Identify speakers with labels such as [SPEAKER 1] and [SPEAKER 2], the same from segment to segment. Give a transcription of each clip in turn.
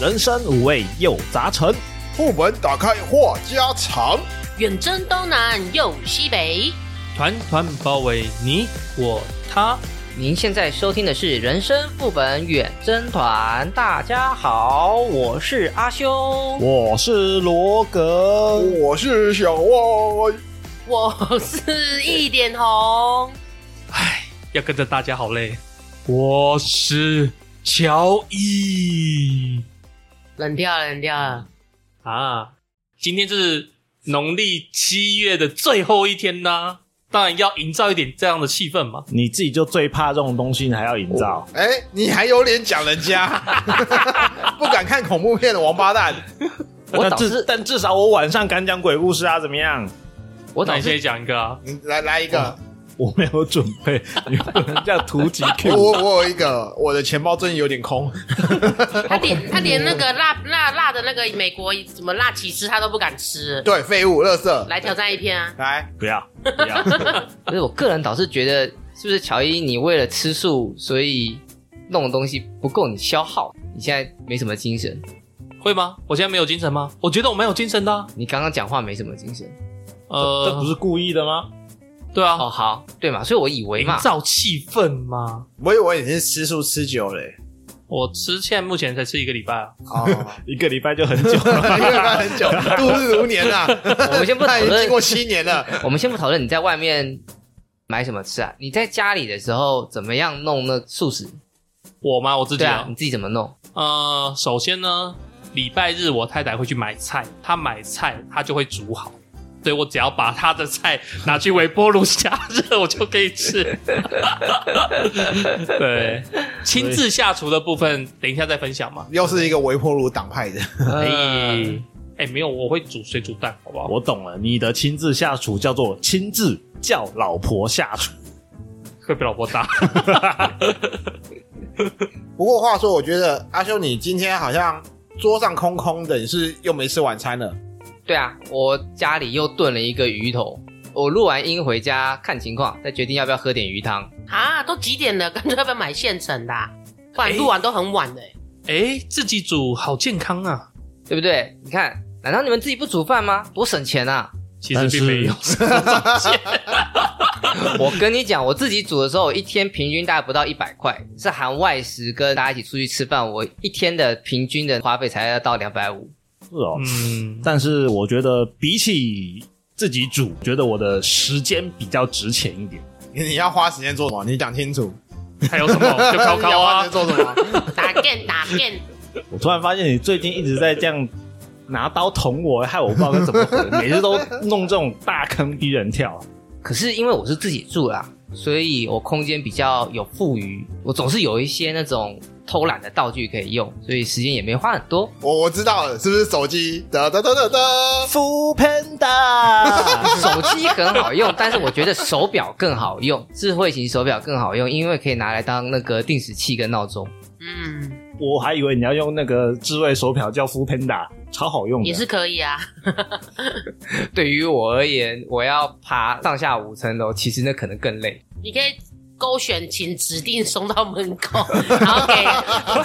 [SPEAKER 1] 人生五味又杂陈，
[SPEAKER 2] 副本打开话家常，
[SPEAKER 3] 远征东南又西北，
[SPEAKER 4] 团团包围你我他。
[SPEAKER 5] 您现在收听的是《人生副本远征团》，大家好，我是阿修。
[SPEAKER 1] 我是罗格。
[SPEAKER 2] 我是小歪，
[SPEAKER 3] 我是一点红。
[SPEAKER 4] 唉，要跟着大家好累。我是乔伊
[SPEAKER 3] 冷掉了，冷掉了。
[SPEAKER 4] 啊，今天是农历七月的最后一天啦、当然要营造一点这样的气氛嘛。
[SPEAKER 1] 你自己就最怕这种东西，你还要营造？
[SPEAKER 2] 哎、你还有脸讲人 家？不敢看恐怖片的王八蛋，
[SPEAKER 5] 我
[SPEAKER 1] 但
[SPEAKER 5] 倒
[SPEAKER 1] 至
[SPEAKER 5] 是
[SPEAKER 1] 但至少我晚上敢讲鬼故事啊，怎么样？
[SPEAKER 5] 我
[SPEAKER 4] 那
[SPEAKER 5] 倒
[SPEAKER 4] 你先
[SPEAKER 5] 是
[SPEAKER 4] 讲一个啊，
[SPEAKER 2] 你来来一个，
[SPEAKER 1] 我没有准备，你不能这样突击
[SPEAKER 2] 哦我
[SPEAKER 1] Q。
[SPEAKER 2] 我我有一个，我的钱包最近有点空，
[SPEAKER 5] 呃
[SPEAKER 3] 他连
[SPEAKER 5] 哦
[SPEAKER 3] 他连那个辣辣辣的那个美国什么辣起司他都不敢吃。
[SPEAKER 2] 对，废物、垃圾，
[SPEAKER 3] 来挑战一篇啊！
[SPEAKER 2] 来，
[SPEAKER 1] 不要不要，
[SPEAKER 5] 不是我个人倒是觉得，是不是乔伊你为了吃素，所以弄的东西不够你消耗，你现在没什么精神。
[SPEAKER 4] 会吗？我现在没有精神吗？我觉得我蛮有精神的啊、
[SPEAKER 5] 你刚刚讲话没什么精神。
[SPEAKER 4] 呃，
[SPEAKER 1] 这不是故意的吗？
[SPEAKER 4] 对啊，
[SPEAKER 5] 哦，好，对嘛，所以我以为
[SPEAKER 4] 营
[SPEAKER 5] 嘛，
[SPEAKER 4] 造气氛嘛。
[SPEAKER 2] 我以为你是吃素吃久了、 欸，
[SPEAKER 4] 我吃现在目前才吃一个礼拜啊，
[SPEAKER 2] 哦，
[SPEAKER 1] 一个礼拜就很久了。
[SPEAKER 2] 因为他很久，度日如年呐、
[SPEAKER 5] 我们先不讨
[SPEAKER 2] 他已经经
[SPEAKER 5] 论
[SPEAKER 2] 过七年了，
[SPEAKER 5] 我们先不讨论你在外面买什么吃啊，你在家里的时候怎么样弄那素食？
[SPEAKER 4] 哦我吗？我自己
[SPEAKER 5] 对
[SPEAKER 4] 啊
[SPEAKER 5] 啊，你自己怎么弄？
[SPEAKER 4] 呃，首先呢，礼拜日我太太会去买菜，她买菜她就会煮好，所以我只要把她的菜拿去微波炉加热，我就可以吃。对，亲自下厨的部分，等一下再分享嘛。
[SPEAKER 2] 又是一个微波炉党派的，
[SPEAKER 4] 哎、
[SPEAKER 5] 嗯
[SPEAKER 4] 哎、没有，我会煮水煮蛋，好不好？
[SPEAKER 1] 我懂了，你的亲自下厨叫做亲自叫老婆下厨。
[SPEAKER 4] 会被老婆打。
[SPEAKER 2] 不过话说，我觉得阿修，你今天好像桌上空空的，你是又没吃晚餐了。
[SPEAKER 5] 对啊，我家里又炖了一个鱼头。我录完音回家看情况，再决定要不要喝点鱼汤。
[SPEAKER 3] 啊，都几点了？干 脆要不要买现成的啊、不然录完都很晚了欸、
[SPEAKER 4] 哎、自己煮好健康啊！
[SPEAKER 5] 对不对？你看，难道你们自己不煮饭吗？多省钱啊！
[SPEAKER 4] 其实并没有，
[SPEAKER 5] 我跟你讲，我自己煮的时候，一天平均大概不到一百块，是含外食跟大家一起出去吃饭，我一天的平均的花费才要到两百五。
[SPEAKER 1] 是哦，
[SPEAKER 4] 嗯，
[SPEAKER 1] 但是我觉得比起自己煮，觉得我的时间比较值钱一点。
[SPEAKER 2] 你要花时间做什么？你讲清楚。
[SPEAKER 4] 还有什么就烤
[SPEAKER 2] 你
[SPEAKER 4] 烤
[SPEAKER 2] 要花
[SPEAKER 4] 啊
[SPEAKER 2] 时间！做什么？
[SPEAKER 3] 打
[SPEAKER 5] 哎
[SPEAKER 3] game 打 game，
[SPEAKER 1] 我突然发现你最近一直在这样拿刀捅我，害我不知道该怎么回，每次都弄这种大坑逼人跳。
[SPEAKER 5] 可是因为我是自己住啦，所以我空间比较有富余，我总是有一些那种偷懒的道具可以用，所以时间也没花很多。
[SPEAKER 2] 我我知道了，是不是手机？哒哒哒哒哒。
[SPEAKER 1] Food Panda，
[SPEAKER 5] 手机很好用，但是我觉得手表更好用，智慧型手表更好用，因为可以拿来当那个定时器跟闹钟。
[SPEAKER 3] 嗯，
[SPEAKER 1] 我还以为你要用那个智慧手表叫 Food Panda，超好用的。
[SPEAKER 3] 也是可以啊。
[SPEAKER 5] 对于我而言，我要爬上下五层楼，其实那可能更累。
[SPEAKER 3] 你可以勾选，请指定送到门 口，然后给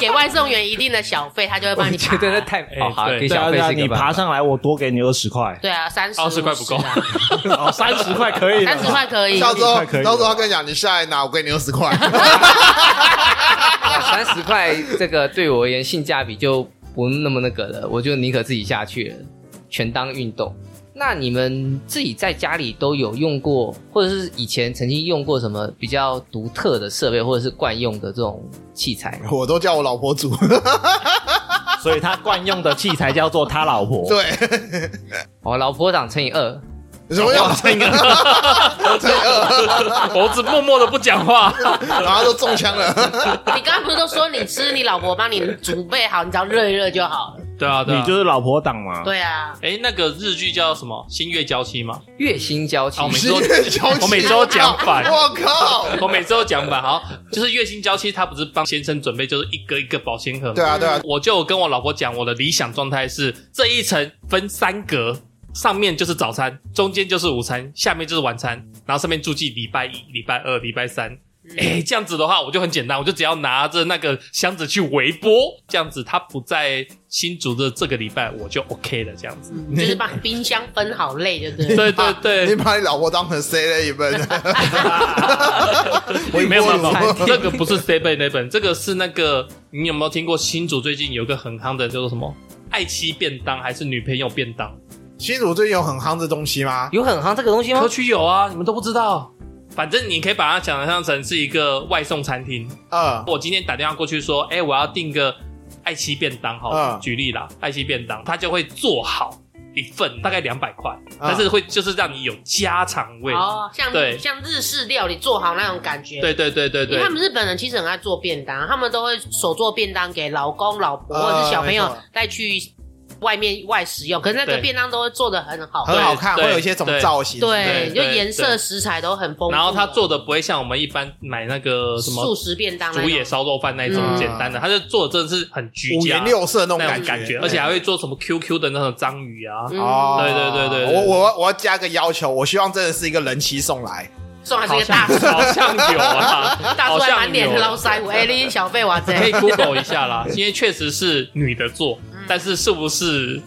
[SPEAKER 3] 给外送员一定的小费，他就会帮
[SPEAKER 5] 我
[SPEAKER 3] 你
[SPEAKER 5] 觉
[SPEAKER 3] 爬。
[SPEAKER 5] 得那太
[SPEAKER 4] 哎
[SPEAKER 5] 好好，
[SPEAKER 4] 对
[SPEAKER 5] 给
[SPEAKER 1] 对啊
[SPEAKER 5] 小
[SPEAKER 1] 对
[SPEAKER 5] 费
[SPEAKER 1] 啊，
[SPEAKER 5] 是一
[SPEAKER 1] 你
[SPEAKER 5] 个办
[SPEAKER 1] 爬
[SPEAKER 5] 法。
[SPEAKER 1] 上来，我多给你二十 块，
[SPEAKER 3] 对啊，三十啊
[SPEAKER 4] 20块不够
[SPEAKER 1] 哦，三十块可以了。
[SPEAKER 3] 三十块可
[SPEAKER 4] 哎
[SPEAKER 3] 以。
[SPEAKER 2] 到时候
[SPEAKER 1] 可以可以
[SPEAKER 2] 到时候他跟你讲，你下来拿，我给你二十 块。
[SPEAKER 5] 三十块这个对我而言性价比就不那么那个了，我就宁可自己下去了，全当运动。那你们自己在家里都有用过，或者是以前曾经用过什么比较独特的设备，或者是惯用的这种器材？
[SPEAKER 2] 我都叫我老婆煮。
[SPEAKER 1] 所以他惯用的器材叫做他老婆。
[SPEAKER 5] 啊
[SPEAKER 2] 对，
[SPEAKER 5] 哦，老婆党乘以二，
[SPEAKER 2] 什么 要乘以二，
[SPEAKER 4] 我只默默的不讲话。
[SPEAKER 2] 然后都中枪 了。
[SPEAKER 3] 你刚刚不是都说你吃，你老婆帮你准备好，你只要热一热就好了。
[SPEAKER 4] 对啊，对啊，
[SPEAKER 1] 你就是老婆党嘛。
[SPEAKER 3] 对 啊，
[SPEAKER 4] 哎，那个日剧叫什么？《新月娇妻》吗？
[SPEAKER 5] 月薪交期
[SPEAKER 4] 哦，我每
[SPEAKER 2] 是
[SPEAKER 4] 周我每周讲反，
[SPEAKER 2] 我靠！
[SPEAKER 4] 我每周讲反。好，就是月薪娇妻，她不是帮先生准备就是一个一个保鲜盒吗？
[SPEAKER 2] 对啊对啊，
[SPEAKER 4] 呃我就跟我老婆讲，我的理想状态是这一层分三格，上面就是早餐，中间就是午餐，下面就是晚餐，然后上面注记礼拜一、礼拜二、礼拜三。
[SPEAKER 2] 嗯
[SPEAKER 4] 哎、这样子的话，我就很简单，我就只要拿着那个箱子去微波，这样子它不在新竹的这个礼拜，我就 OK 了。这样子，
[SPEAKER 3] 就是把冰箱分好类，对不对？
[SPEAKER 4] 对对
[SPEAKER 2] 你
[SPEAKER 4] 对，
[SPEAKER 2] 把你老婆当成 seven，微波炉
[SPEAKER 4] 没有没 有没有，
[SPEAKER 2] 餐
[SPEAKER 4] 这个不是 Seven Eleven，这个是那个你有没有听过新竹最近有一个很夯的叫做什么爱妻便当还是女朋友便当？
[SPEAKER 2] 新竹最近有很夯的东西吗？
[SPEAKER 5] 有很夯这个东西吗
[SPEAKER 4] 科？区有啊，你们都不知道。反正你可以把它想象成是一个外送餐厅。
[SPEAKER 2] 嗯，
[SPEAKER 4] 我今天打电话过去说，哎、我要订个爱妻便当好了，
[SPEAKER 2] 嗯
[SPEAKER 4] 举例啦，爱妻便当，它就会做好一份，大概两百块，
[SPEAKER 2] 嗯
[SPEAKER 4] 但是会就是让你有家常味。
[SPEAKER 3] 哦，像
[SPEAKER 4] 对
[SPEAKER 3] 像日式料理做好那种感觉。
[SPEAKER 4] 对对对对
[SPEAKER 3] 因为
[SPEAKER 4] 对
[SPEAKER 3] 他，们日本人其实很爱做便当，他们都会手做便当给老公、老婆
[SPEAKER 4] 啊
[SPEAKER 2] 呃
[SPEAKER 3] 或者是小朋
[SPEAKER 2] 没
[SPEAKER 3] 友
[SPEAKER 2] 错
[SPEAKER 3] 带去外面外食用。可是那个
[SPEAKER 4] 对
[SPEAKER 3] 便当都会做的很好，
[SPEAKER 2] 很好看，
[SPEAKER 4] 对
[SPEAKER 2] 会有一些什么造型？
[SPEAKER 3] 对，
[SPEAKER 4] 对
[SPEAKER 3] 就
[SPEAKER 4] 对
[SPEAKER 3] 颜色、食材都很丰富。
[SPEAKER 4] 然后它做的不会像我们一般买那个什
[SPEAKER 3] 素
[SPEAKER 4] 么
[SPEAKER 3] 食啊便当那
[SPEAKER 4] 竹
[SPEAKER 3] 种，
[SPEAKER 4] 野烧肉饭那一种
[SPEAKER 3] 嗯
[SPEAKER 4] 简单的，它就做的真的是很居
[SPEAKER 2] 五
[SPEAKER 4] 家
[SPEAKER 2] 颜六色那种
[SPEAKER 4] 那
[SPEAKER 2] 感
[SPEAKER 4] 种感觉，
[SPEAKER 2] 觉，
[SPEAKER 4] 而且还会做什么 QQ 的那种章鱼啊，
[SPEAKER 3] 嗯
[SPEAKER 2] 哦，
[SPEAKER 4] 对对对对对
[SPEAKER 2] 我我要我要加个要求，我希望真的是一个人妻送来，
[SPEAKER 3] 送还是一
[SPEAKER 4] 好
[SPEAKER 3] 个
[SPEAKER 4] 像
[SPEAKER 3] 大叔，
[SPEAKER 4] 好像有啊，
[SPEAKER 3] 大叔
[SPEAKER 4] 好
[SPEAKER 3] 还
[SPEAKER 4] 像
[SPEAKER 3] 满脸
[SPEAKER 4] 有
[SPEAKER 3] 捞腮胡， 哎，你小费娃子，
[SPEAKER 4] 可以 Google 一下啦，因为确实是女的做，但是是不是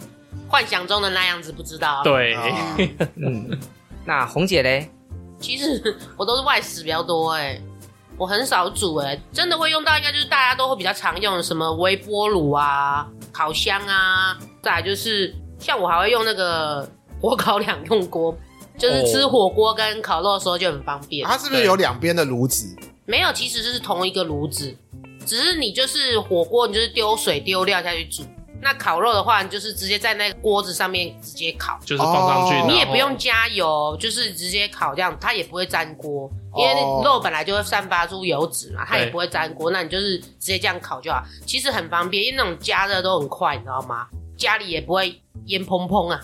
[SPEAKER 3] 幻想中的那样子不知道。，
[SPEAKER 4] 对？
[SPEAKER 2] 啊
[SPEAKER 5] 嗯，那红姐嘞？
[SPEAKER 3] 其实我都是外食比较多，哎，我很少煮，哎，真的会用到应该就是大家都会比较常用的什么微波炉啊、烤箱啊，再来就是像我还会用那个 火烤两用锅。就是吃
[SPEAKER 4] 哦
[SPEAKER 3] 火锅跟烤肉的时候就很方便，
[SPEAKER 2] 它是不是有两边的炉子？
[SPEAKER 3] 没有，其实是同一个炉子，只是你就是火锅，你就是丢水丢料下去煮。那烤肉的话，你就是直接在那个锅子上面直接烤，
[SPEAKER 4] 就是放上去
[SPEAKER 2] 哦，
[SPEAKER 4] 然
[SPEAKER 3] 你
[SPEAKER 4] 后
[SPEAKER 3] 也不用加油，就是直接烤这样，它也不会粘锅，因为
[SPEAKER 2] 哦
[SPEAKER 3] 肉本来就会散发出油脂嘛，它也
[SPEAKER 4] 对
[SPEAKER 3] 不会粘锅。那你就是直接这样烤就好，其实很方便，因为那种加热都很快，你知道吗？家里也不会烟蓬蓬啊，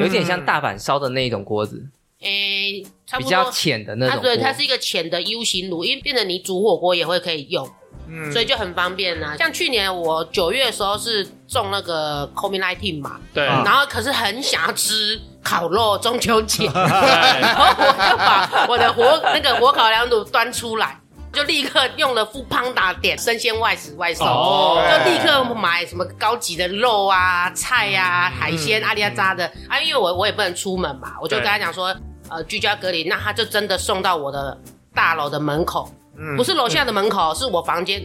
[SPEAKER 5] 有点像大阪烧的那一种锅子，
[SPEAKER 3] 诶、差
[SPEAKER 5] 比
[SPEAKER 3] 不
[SPEAKER 5] 较
[SPEAKER 3] 多。
[SPEAKER 5] 浅的那
[SPEAKER 3] 它
[SPEAKER 5] 种
[SPEAKER 3] 对，
[SPEAKER 5] 锅。
[SPEAKER 3] 它是一个浅的 U 型炉，因为变成你煮火锅也会可以用。
[SPEAKER 2] 嗯，
[SPEAKER 3] 所以就很方便呐、像去年我九月的时候是中那个 COVID 1 9嘛，
[SPEAKER 4] 对
[SPEAKER 2] 啊
[SPEAKER 3] 然后可是很想要吃烤肉中秋节，
[SPEAKER 4] 对
[SPEAKER 3] 然后我就把我的火那个火烤两肚端出来，就立刻用了富邦达点生鲜外食外送。
[SPEAKER 4] 哦
[SPEAKER 3] 就立刻买什么高级的肉啊、菜呀、海
[SPEAKER 2] 嗯
[SPEAKER 3] 鲜、阿里亚扎的啊，因为我我也不能出门嘛，我就
[SPEAKER 4] 对
[SPEAKER 3] 跟他讲说，呃，居家隔离，那他就真的送到我的大楼的门口，
[SPEAKER 2] 嗯
[SPEAKER 3] 不是楼下的门口，是我房间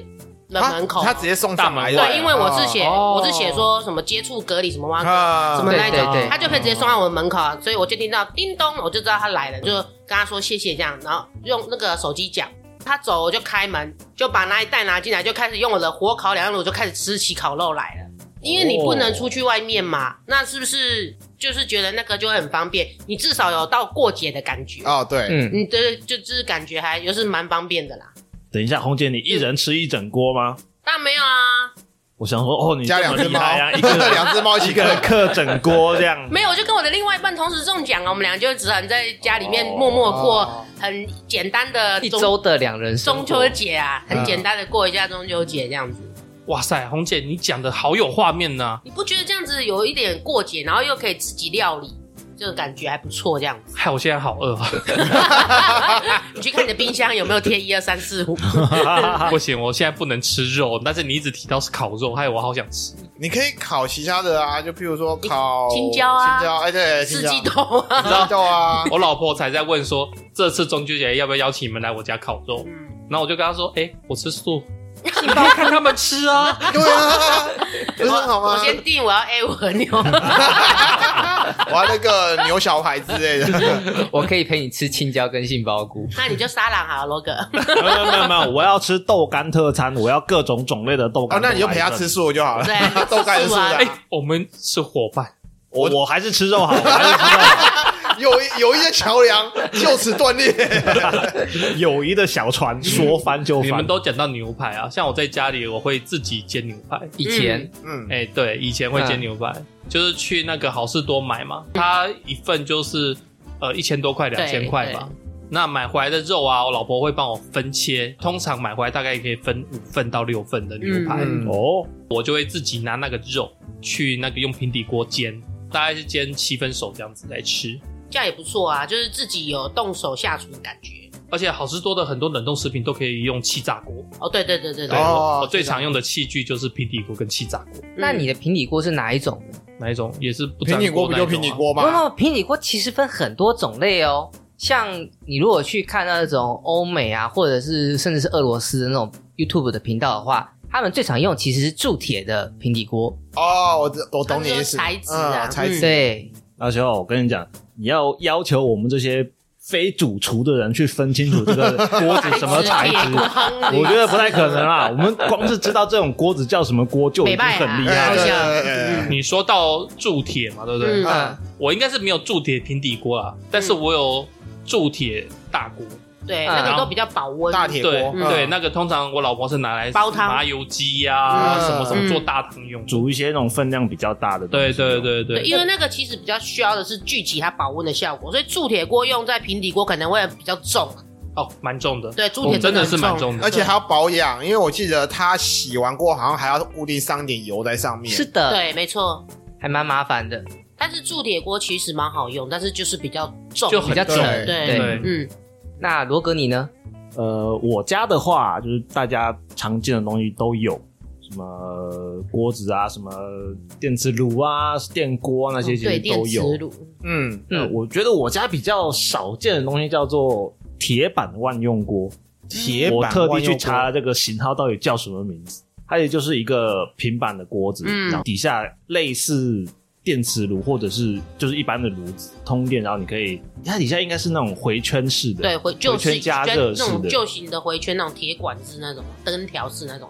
[SPEAKER 3] 的
[SPEAKER 2] 它
[SPEAKER 3] 门口。
[SPEAKER 2] 它直接送上来的，
[SPEAKER 3] 对，因为我是写、
[SPEAKER 4] 哦
[SPEAKER 3] 我是写说什么接触隔离什么哇，
[SPEAKER 2] 啊
[SPEAKER 3] 什么那一
[SPEAKER 5] 对对
[SPEAKER 3] 种，
[SPEAKER 5] 对
[SPEAKER 3] 他就可以直接送到我们门口，所以我就听到叮咚，我就知道他来了，就跟他说谢谢这样，然后用那个手机讲。他走，我就开门，就把那一袋拿进来，就开始用我的火烤两样炉，就开始吃起烤肉来了。因为你不能出去外面嘛，那是不是就是觉得那个就会很方便？你至少有到过节的感觉，
[SPEAKER 2] 哦，对，
[SPEAKER 5] 嗯，
[SPEAKER 3] 你的就就是感觉还就是蛮方便的啦。
[SPEAKER 1] 等一下，红姐，你一人吃一整锅吗？
[SPEAKER 3] 但没有啊，
[SPEAKER 1] 我想说，哦，你
[SPEAKER 2] 加两只
[SPEAKER 1] 这么厉
[SPEAKER 2] 猫
[SPEAKER 1] 害啊，一个，人
[SPEAKER 2] 两只猫一起
[SPEAKER 1] 一个
[SPEAKER 2] 啃
[SPEAKER 1] 人克整锅这 样。
[SPEAKER 3] 没有，啊我就跟我的另外一半同时中奖啊，我们俩就只能在家里面默默过
[SPEAKER 2] 哦
[SPEAKER 3] 很简单的
[SPEAKER 5] 一
[SPEAKER 3] 中
[SPEAKER 5] 周的两人生活
[SPEAKER 3] 中秋节啊，很简单的过一下中秋节这样子。
[SPEAKER 4] 哇塞，红姐你讲的好有画面呢、
[SPEAKER 3] 你不觉得这样子有一点过节，然后又可以自己料理，这个感觉还不错。这样子，
[SPEAKER 4] 害我现在好饿、啊，
[SPEAKER 3] 你去看你的冰箱有没有贴一二三四五，
[SPEAKER 4] 不行，我现在不能吃肉，但是你一直提到是烤肉，害我好想吃。
[SPEAKER 2] 你可以烤其他的啊，就譬如说烤
[SPEAKER 3] 青椒啊
[SPEAKER 2] 青椒，哎，对，
[SPEAKER 3] 四
[SPEAKER 2] 青椒
[SPEAKER 3] 季豆 啊。
[SPEAKER 2] 四季豆啊，
[SPEAKER 4] 我老婆才在问说，这次中秋节要不要邀请你们来我家烤肉？
[SPEAKER 3] 嗯
[SPEAKER 4] 然后我就跟她说，哎、我吃素，你们要看他们吃啊。
[SPEAKER 2] 对啊，不是很好吗
[SPEAKER 3] 我？先定我要 A 五和牛，
[SPEAKER 2] 我要那个牛小排之类的，
[SPEAKER 5] 我可以陪你吃青椒跟杏鲍菇。
[SPEAKER 3] 那你就沙朗好了，罗哥。
[SPEAKER 1] 没有没有没有，我要吃豆干特餐，我要各种种类的豆干。
[SPEAKER 2] 哦，那你就陪他吃，素就好了
[SPEAKER 3] 对，
[SPEAKER 2] 豆干是素的
[SPEAKER 4] 哎、
[SPEAKER 2] 啊，
[SPEAKER 4] 我们是伙伴，
[SPEAKER 1] 我我还是吃 肉好，我还是吃肉好。
[SPEAKER 2] 友谊友谊的桥梁就此断裂。
[SPEAKER 1] 友谊的小船说翻就
[SPEAKER 4] 你们
[SPEAKER 1] 翻。
[SPEAKER 4] 都讲到牛排啊，像我在家里我会自己煎牛排。
[SPEAKER 5] 以前
[SPEAKER 2] 嗯，
[SPEAKER 4] 哎、对，以前会煎牛排，就是去那个好事多买嘛，它一份就是呃一千多块、两千块吧。那买回来的肉啊，我老婆会帮我分切，通常买回来大概也可以分五份到六份的牛排，
[SPEAKER 2] 嗯
[SPEAKER 1] 哦，
[SPEAKER 4] 我就会自己拿那个肉去那个用平底锅煎，大概是煎七分熟这样子来吃。
[SPEAKER 3] 这样也不错啊，就是自己有动手下厨的感觉。
[SPEAKER 4] 而且好吃多的很多冷冻食品都可以用气炸锅。
[SPEAKER 3] 哦，对对对对嗯
[SPEAKER 4] 对，
[SPEAKER 3] 对，
[SPEAKER 2] 哦
[SPEAKER 4] 我我最
[SPEAKER 2] 气炸
[SPEAKER 4] 常用的器具就是平底锅跟气炸锅，
[SPEAKER 5] 那你的平底锅是哪一种呢？
[SPEAKER 4] 哪一种也是不
[SPEAKER 2] 平
[SPEAKER 4] 粘
[SPEAKER 2] 底锅不
[SPEAKER 4] 那一
[SPEAKER 2] 就
[SPEAKER 4] 种啊
[SPEAKER 2] 平底？锅
[SPEAKER 5] 不
[SPEAKER 2] 吗？
[SPEAKER 5] 不，平底锅其实分很多种类哦。像你如果去看那种欧美啊，或者是甚至是俄罗斯的那种 YouTube 的频道的话，他们最常用其实是铸铁的平底锅。
[SPEAKER 2] 哦，我知我懂你
[SPEAKER 3] 它
[SPEAKER 2] 意
[SPEAKER 3] 是
[SPEAKER 2] 思，
[SPEAKER 3] 材质啊
[SPEAKER 2] 嗯材质。
[SPEAKER 5] 对，
[SPEAKER 1] 阿修，我跟你讲，你要要求我们这些非主厨的人去分清楚这个锅
[SPEAKER 3] 嗯
[SPEAKER 1] 子什么材
[SPEAKER 4] 啊
[SPEAKER 1] 质。
[SPEAKER 3] 质
[SPEAKER 1] 我觉得不太可能啊啦，我们光是知道这种锅子叫什么锅就已经很
[SPEAKER 4] 嗯
[SPEAKER 1] 厉
[SPEAKER 2] 哎
[SPEAKER 1] 害
[SPEAKER 2] 对
[SPEAKER 1] 了。
[SPEAKER 2] 对
[SPEAKER 4] 啊
[SPEAKER 2] 对对对
[SPEAKER 4] 你说到铸铁嘛，对不对？
[SPEAKER 3] 嗯
[SPEAKER 2] 嗯
[SPEAKER 4] 我应该是没有铸铁平底锅啦，但是我有铸铁大锅。
[SPEAKER 3] 对，
[SPEAKER 5] 嗯
[SPEAKER 3] 那个都比较保温。
[SPEAKER 2] 大铁锅
[SPEAKER 4] 对、
[SPEAKER 2] 嗯
[SPEAKER 4] 对，那个通常我老婆是拿来
[SPEAKER 3] 煲汤
[SPEAKER 4] 麻油鸡呀、
[SPEAKER 2] 嗯
[SPEAKER 4] 什么什么做大汤用。
[SPEAKER 1] 煮一些那种分量比较大的东
[SPEAKER 4] 对
[SPEAKER 1] 西。
[SPEAKER 4] 对
[SPEAKER 3] 对，
[SPEAKER 4] 对对，
[SPEAKER 3] 因为那个其实比较需要的是聚集它保温的效果，所以铸铁锅用在平底锅可能会比较重。
[SPEAKER 4] 哦，蛮重的，
[SPEAKER 3] 对，铸铁
[SPEAKER 4] 哦真的
[SPEAKER 3] 的
[SPEAKER 4] 是蛮重的
[SPEAKER 2] 而且还要保养，因为我记得他洗完锅好像还要固定上点油在上面。
[SPEAKER 5] 是的，，
[SPEAKER 3] 对，没错。
[SPEAKER 5] 还蛮麻烦的，
[SPEAKER 3] 但是铸铁锅其实蛮好用，但是就是比较重，
[SPEAKER 4] 就
[SPEAKER 5] 比较
[SPEAKER 2] 对
[SPEAKER 5] 沉。
[SPEAKER 3] 对
[SPEAKER 4] 对
[SPEAKER 3] 嗯，
[SPEAKER 5] 那罗格你呢？
[SPEAKER 1] 呃，我家的话，就是大家常见的东西都有，什么锅子啊，什么电磁炉啊、电锅啊那些其
[SPEAKER 3] 哦对
[SPEAKER 1] 实
[SPEAKER 3] 电
[SPEAKER 1] 都有。
[SPEAKER 3] 磁炉，
[SPEAKER 2] 嗯，
[SPEAKER 1] 嗯，我觉得我家比较少见的东西叫做铁板万用锅。
[SPEAKER 2] 铁
[SPEAKER 1] 我
[SPEAKER 2] 板
[SPEAKER 1] 特地
[SPEAKER 2] 万用
[SPEAKER 1] 去
[SPEAKER 2] 锅
[SPEAKER 1] 查了这个型号到底叫什么名字，它也就是一个平板的锅子，
[SPEAKER 3] 嗯
[SPEAKER 1] 然后底下类似电磁炉或者是就是一般的炉子，通电，然后你可以它底下应该是那种回圈式的，
[SPEAKER 3] 对，回就是
[SPEAKER 1] 回圈加热
[SPEAKER 3] 那
[SPEAKER 1] 式
[SPEAKER 3] 种
[SPEAKER 1] 的，
[SPEAKER 3] 旧型的回圈，那种铁管式那种灯条式那种，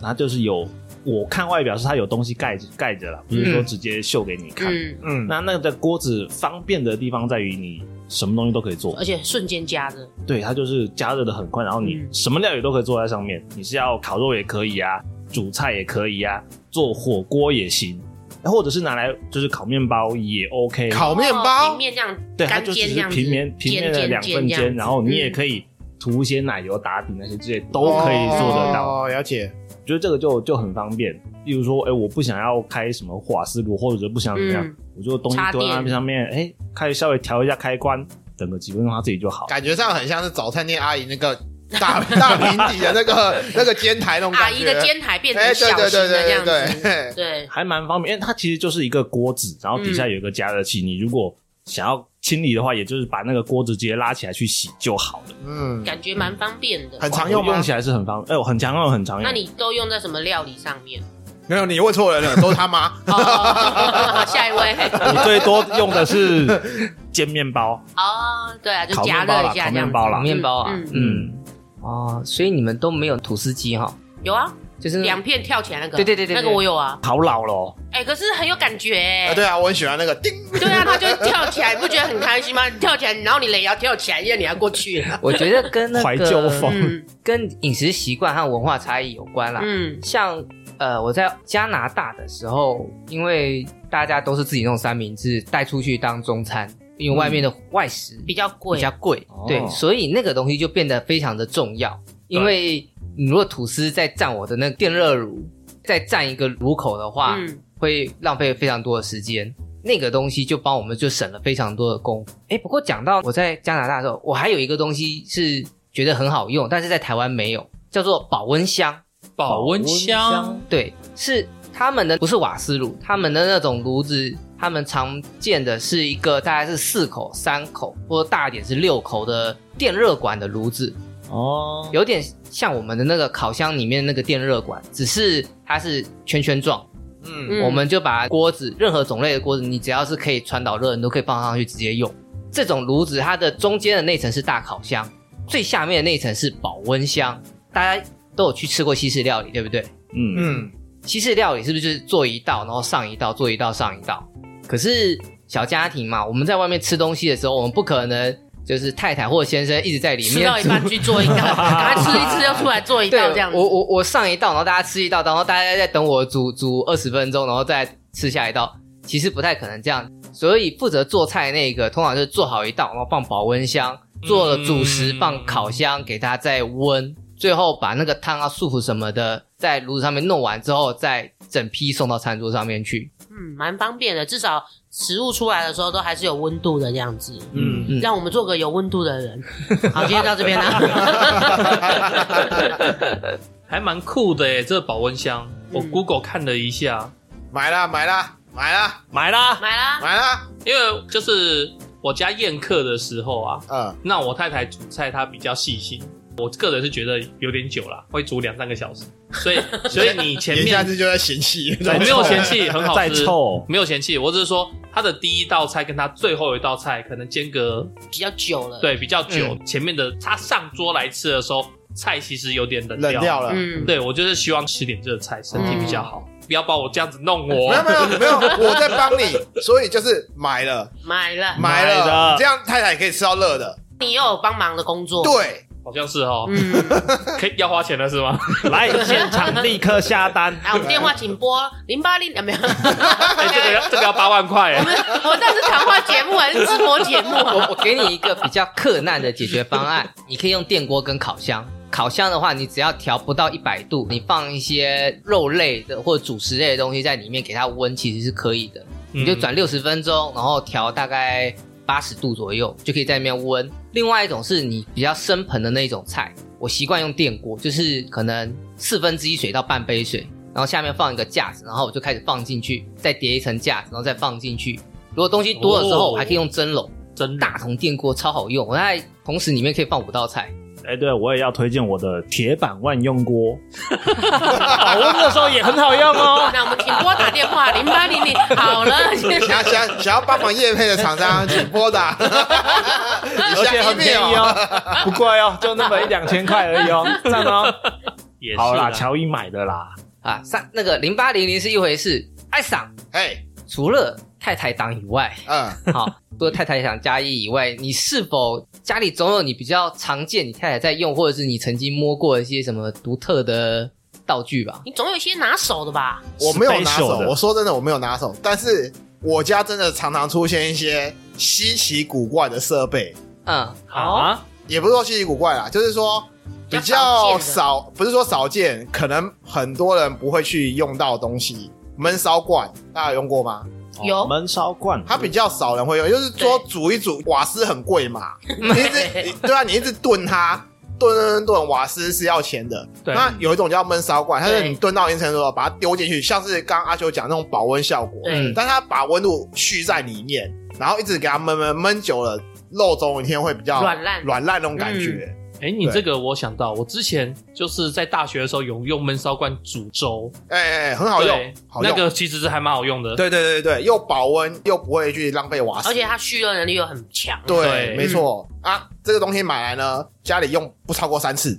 [SPEAKER 1] 然后就是有我看外表是它有东西盖着盖着了，不是说直接秀给你看。
[SPEAKER 3] 嗯，
[SPEAKER 2] 嗯，
[SPEAKER 1] 那那个锅子方便的地方在于你什么东西都可以做
[SPEAKER 3] 而，且瞬间加热，
[SPEAKER 1] 对，它就是加热的很快，然后你
[SPEAKER 3] 嗯
[SPEAKER 1] 什么料理都可以做在上面，你是要烤肉也可以啊，煮菜也可以啊，做火锅也行，或者是拿来就是烤面包也 OK，
[SPEAKER 2] 烤面
[SPEAKER 3] 哦平
[SPEAKER 2] 包，
[SPEAKER 3] 面这样
[SPEAKER 1] 对，它
[SPEAKER 3] 干
[SPEAKER 1] 就只
[SPEAKER 3] 煎这
[SPEAKER 1] 是
[SPEAKER 3] 样子，
[SPEAKER 1] 平面平面的两份
[SPEAKER 3] 这样
[SPEAKER 1] 煎，
[SPEAKER 3] 子
[SPEAKER 1] 然后你也
[SPEAKER 3] 嗯
[SPEAKER 1] 可以涂一些奶油打底那些之类都可以做得到，
[SPEAKER 2] 哦，了解。
[SPEAKER 1] 我觉得这个就就很方便。例如说，哎、我不想要开什么瓦斯炉，或者是不想怎么样，
[SPEAKER 3] 嗯
[SPEAKER 1] 我就东西
[SPEAKER 3] 插
[SPEAKER 1] 丢在那
[SPEAKER 3] 电
[SPEAKER 1] 上面，哎、开稍微调一下开关，等个几分钟它自己就好。
[SPEAKER 2] 感觉上很像是早餐店阿姨那个大大平底的那个那个煎台那种
[SPEAKER 3] 阿
[SPEAKER 2] 感觉。
[SPEAKER 3] 姨的，煎台变成
[SPEAKER 2] 哎，对
[SPEAKER 3] 小
[SPEAKER 2] 对
[SPEAKER 3] 型
[SPEAKER 2] 对
[SPEAKER 3] 的这
[SPEAKER 2] 对
[SPEAKER 3] 样
[SPEAKER 2] 对
[SPEAKER 3] 子，
[SPEAKER 2] 对，
[SPEAKER 3] 对，
[SPEAKER 1] 还蛮方便，因为它其实就是一个锅子，然后底
[SPEAKER 3] 嗯
[SPEAKER 1] 下有一个加热器，你如果想要清理的话，也就是把那个锅子直接拉起来去洗就好了。
[SPEAKER 2] 嗯，
[SPEAKER 3] 感觉蛮方便的。
[SPEAKER 2] 很常用吗
[SPEAKER 1] 用？起来是很方，哎、我很常用，很常用。
[SPEAKER 3] 那你都用在什么料理上 面？。
[SPEAKER 2] 没有，你问错人了，都是他妈
[SPEAKER 3] 哦， 下一位，
[SPEAKER 1] 我最多用的是煎面包，
[SPEAKER 3] 哦，对啊，就
[SPEAKER 1] 烤
[SPEAKER 3] 加
[SPEAKER 1] 面包啦，
[SPEAKER 3] 热一
[SPEAKER 1] 烤
[SPEAKER 3] 下这样
[SPEAKER 1] 面
[SPEAKER 3] 子。
[SPEAKER 1] 包
[SPEAKER 5] 烤
[SPEAKER 1] 啦。
[SPEAKER 5] 面包啊，
[SPEAKER 3] 嗯
[SPEAKER 5] 嗯，
[SPEAKER 1] 嗯，
[SPEAKER 5] 哦，所以你们都没有吐司机哈，
[SPEAKER 3] 有啊，
[SPEAKER 5] 就是
[SPEAKER 3] 两片跳起来那个，
[SPEAKER 5] 嗯对对对对对
[SPEAKER 3] 那个我有啊。
[SPEAKER 1] 好老哦咯。
[SPEAKER 3] 哎，可是很有感觉
[SPEAKER 2] 啊，
[SPEAKER 3] 哎。
[SPEAKER 2] 对啊，我很喜欢那个叮。
[SPEAKER 3] 对啊，他就跳起来，你不觉得很开心吗？你跳起来，然后你也要跳起来，因为你要过去。
[SPEAKER 5] 我觉得跟那个
[SPEAKER 1] 怀旧风
[SPEAKER 3] 嗯
[SPEAKER 5] 跟饮食习惯和文化差异有关啦。
[SPEAKER 3] 嗯
[SPEAKER 5] 像呃，我在加拿大的时候，因为大家都是自己弄三明治带出去当中餐，因为外面的外食
[SPEAKER 3] 比较贵
[SPEAKER 5] 比，较贵，
[SPEAKER 3] 嗯
[SPEAKER 1] 哦
[SPEAKER 5] 对，所以那个东西就变得非常的重要。因为你如果吐司再蘸我的那个电热炉，再蘸一个炉口的话，
[SPEAKER 3] 嗯，
[SPEAKER 5] 会浪费非常多的时间。那个东西就帮我们就省了非常多的功夫。哎，不过讲到我在加拿大的时候，我还有一个东西是觉得很好用，但是在台湾没有，叫做保温箱。
[SPEAKER 4] 保温箱，
[SPEAKER 5] 对，是他们的不是瓦斯炉，他们的那种炉子，他们常见的是一个大概是四口、三口或者大一点是六口的电热管的炉子，
[SPEAKER 1] 哦，
[SPEAKER 5] 有点像我们的那个烤箱里面那个电热管，只是它是圈圈状。
[SPEAKER 2] 嗯，
[SPEAKER 3] 嗯
[SPEAKER 5] 我们就把锅子，任何种类的锅子，你只要是可以传导热，你都可以放上去直接用。这种炉子，它的中间的那层是大烤箱，最下面的那层是保温箱。大家都有去吃过西式料理，对不对？
[SPEAKER 1] 嗯
[SPEAKER 2] 嗯，
[SPEAKER 5] 西式料理是不是就是做一道，然后上一道，做一道，上一道？可是小家庭嘛，我们在外面吃东西的时候，我们不可能就是太太或先生一直在里
[SPEAKER 3] 吃
[SPEAKER 5] 面
[SPEAKER 3] 到一半去 做一道，赶快吃一吃又出来做一
[SPEAKER 5] 对
[SPEAKER 3] 道这样子。
[SPEAKER 5] 我我我上一道，然后大家吃一道，然后大家再等我煮煮二十分钟，然后再吃下一道。其实不太可能这样，所以负责做菜那个通常就是做好一道，然后放保温箱，做了主食
[SPEAKER 4] 嗯
[SPEAKER 5] 放烤箱，给它再温，最后把那个汤啊、素腐什么的在炉子上面弄完之后，再整批送到餐桌上面去。
[SPEAKER 3] 嗯，蛮方便的，至少食物出来的时候都还是有温度的这样子。
[SPEAKER 4] 嗯
[SPEAKER 5] 嗯
[SPEAKER 3] 让我们做个有温度的 人。好，今天到这边了。
[SPEAKER 4] 还蛮酷的耶，这保温箱，
[SPEAKER 3] 嗯
[SPEAKER 4] 我 Google 看了一下，
[SPEAKER 2] 买啦买啦买啦
[SPEAKER 4] 买啦，
[SPEAKER 3] 买啦，
[SPEAKER 2] 买啦，
[SPEAKER 4] 因为就是我家宴客的时候啊，
[SPEAKER 2] 嗯，
[SPEAKER 4] 那我太太煮菜她比较细心，我个人是觉得有点久了，会煮两三个小时，所以所以你前
[SPEAKER 2] 言下
[SPEAKER 4] 面
[SPEAKER 2] 之就在嫌弃，
[SPEAKER 4] 我没有嫌弃，很好
[SPEAKER 1] 再
[SPEAKER 4] 吃，
[SPEAKER 1] 臭，
[SPEAKER 4] 没有嫌弃，我只是说它的第一道菜跟它最后一道菜可能间隔
[SPEAKER 3] 比较久了。，
[SPEAKER 4] 对比较久，
[SPEAKER 2] 嗯
[SPEAKER 4] 前面的他上桌来吃的时候，菜其实有点冷
[SPEAKER 2] 冷掉了。
[SPEAKER 3] 嗯，
[SPEAKER 4] 对我就是希望吃点这个菜，身体比较好，
[SPEAKER 1] 嗯
[SPEAKER 4] 不要把我这样子弄
[SPEAKER 2] 没
[SPEAKER 4] 我。
[SPEAKER 2] 有没有没有，我在帮你，所以就是买 了
[SPEAKER 3] 买了，
[SPEAKER 1] 买
[SPEAKER 2] 买了
[SPEAKER 1] 了，
[SPEAKER 2] 这样太太可以吃到热的。
[SPEAKER 3] 你又有帮忙的工作。，
[SPEAKER 2] 对，
[SPEAKER 4] 好像是哦，
[SPEAKER 3] 嗯，。
[SPEAKER 4] 可以要花钱了 是吗？
[SPEAKER 1] 来现场立刻下单
[SPEAKER 3] 来，我们电话请拨零八零，啊没有，
[SPEAKER 4] 哎这个要这个要八万块
[SPEAKER 3] 我
[SPEAKER 4] 哎，
[SPEAKER 3] 们我们这是谈话节目还是直播节目啊？
[SPEAKER 5] 我 我给你一个比较克难的解决方案，你可以用电锅跟烤箱。烤箱的话，你只要调不到一百度，你放一些肉类的或者主食类的东西在里面给它温，其实是可以的。你就转六十分钟，然后调大概八十度左右，就可以在那边温。另外一种是你比较生盆的那种菜，我习惯用电锅，就是可能四分之一水到半杯水，然后下面放一个架子，然后我就开始放进去，再叠一层架子，然后再放进去。如果东西多的时候，
[SPEAKER 4] 哦
[SPEAKER 5] 我还可以用蒸笼。
[SPEAKER 4] 嗯真
[SPEAKER 5] 大同电锅超好用，我在同时里面可以放五道菜。
[SPEAKER 1] 哎，对我也要推荐我的铁板万用锅，保温的时候也很好用哦。
[SPEAKER 3] 那我们请拨打电话零八零零，好 了，
[SPEAKER 2] 想想想要帮忙叶配的厂商，请拨打，
[SPEAKER 1] 而
[SPEAKER 2] 而
[SPEAKER 1] 且很便宜。哦， 不贵哦，就那么一两千块而 已哦，赞哦。
[SPEAKER 4] 也是
[SPEAKER 1] 好啦，
[SPEAKER 4] 啦，
[SPEAKER 1] 乔伊买的啦，
[SPEAKER 5] 啊，三那个零八零零是一回事，爱赏
[SPEAKER 2] 嘿，
[SPEAKER 5] 除了太太档以外，
[SPEAKER 2] 嗯，
[SPEAKER 5] 好，除了太太想加一以外，你是否家里总有你比较常见你太太在用，或者是你曾经摸过一些什么独特的道具吧？
[SPEAKER 3] 你总有一些拿手的吧？
[SPEAKER 2] 我没有拿手
[SPEAKER 1] Special，的
[SPEAKER 2] 我说真的，我没有拿手，但是我家真的常常出现一些稀奇古怪的设备，
[SPEAKER 5] 嗯，
[SPEAKER 4] 啊，
[SPEAKER 2] 也不是说稀奇古怪啦，就是说比较
[SPEAKER 3] 比较少见的
[SPEAKER 2] 少，不是说少见，可能很多人不会去用到的东西。焖烧罐，大家有用过吗？
[SPEAKER 3] 有
[SPEAKER 1] 哦焖烧罐，
[SPEAKER 2] 它比较少人会用，就是说煮一煮，瓦斯很贵嘛，你 一直你对啊，你一直炖它，炖炖炖炖，瓦斯是要钱的。
[SPEAKER 4] 对
[SPEAKER 2] 那有一种叫焖烧罐，它是
[SPEAKER 3] 对
[SPEAKER 2] 你炖到一定程度，把它丢进去，像是刚刚阿修讲那种保温效果，嗯
[SPEAKER 3] 对
[SPEAKER 2] 但它把温度蓄在里面，然后一直给它焖焖焖久了，肉总有一天会比较
[SPEAKER 3] 软烂嗯
[SPEAKER 2] 软烂那种感觉。
[SPEAKER 4] 哎，你这个我想到，我之前就是在大学的时候有用焖烧罐煮粥，
[SPEAKER 2] 哎哎、哎很好用
[SPEAKER 4] 对，
[SPEAKER 2] 好用。
[SPEAKER 4] 那个其实是还蛮好用的。
[SPEAKER 2] 对对对对对，又保温又不会去浪费瓦斯，
[SPEAKER 3] 而且它蓄热能力又很强。
[SPEAKER 2] 对，
[SPEAKER 4] 对
[SPEAKER 2] 没错、啊，这个东西买来呢，家里用不超过三次。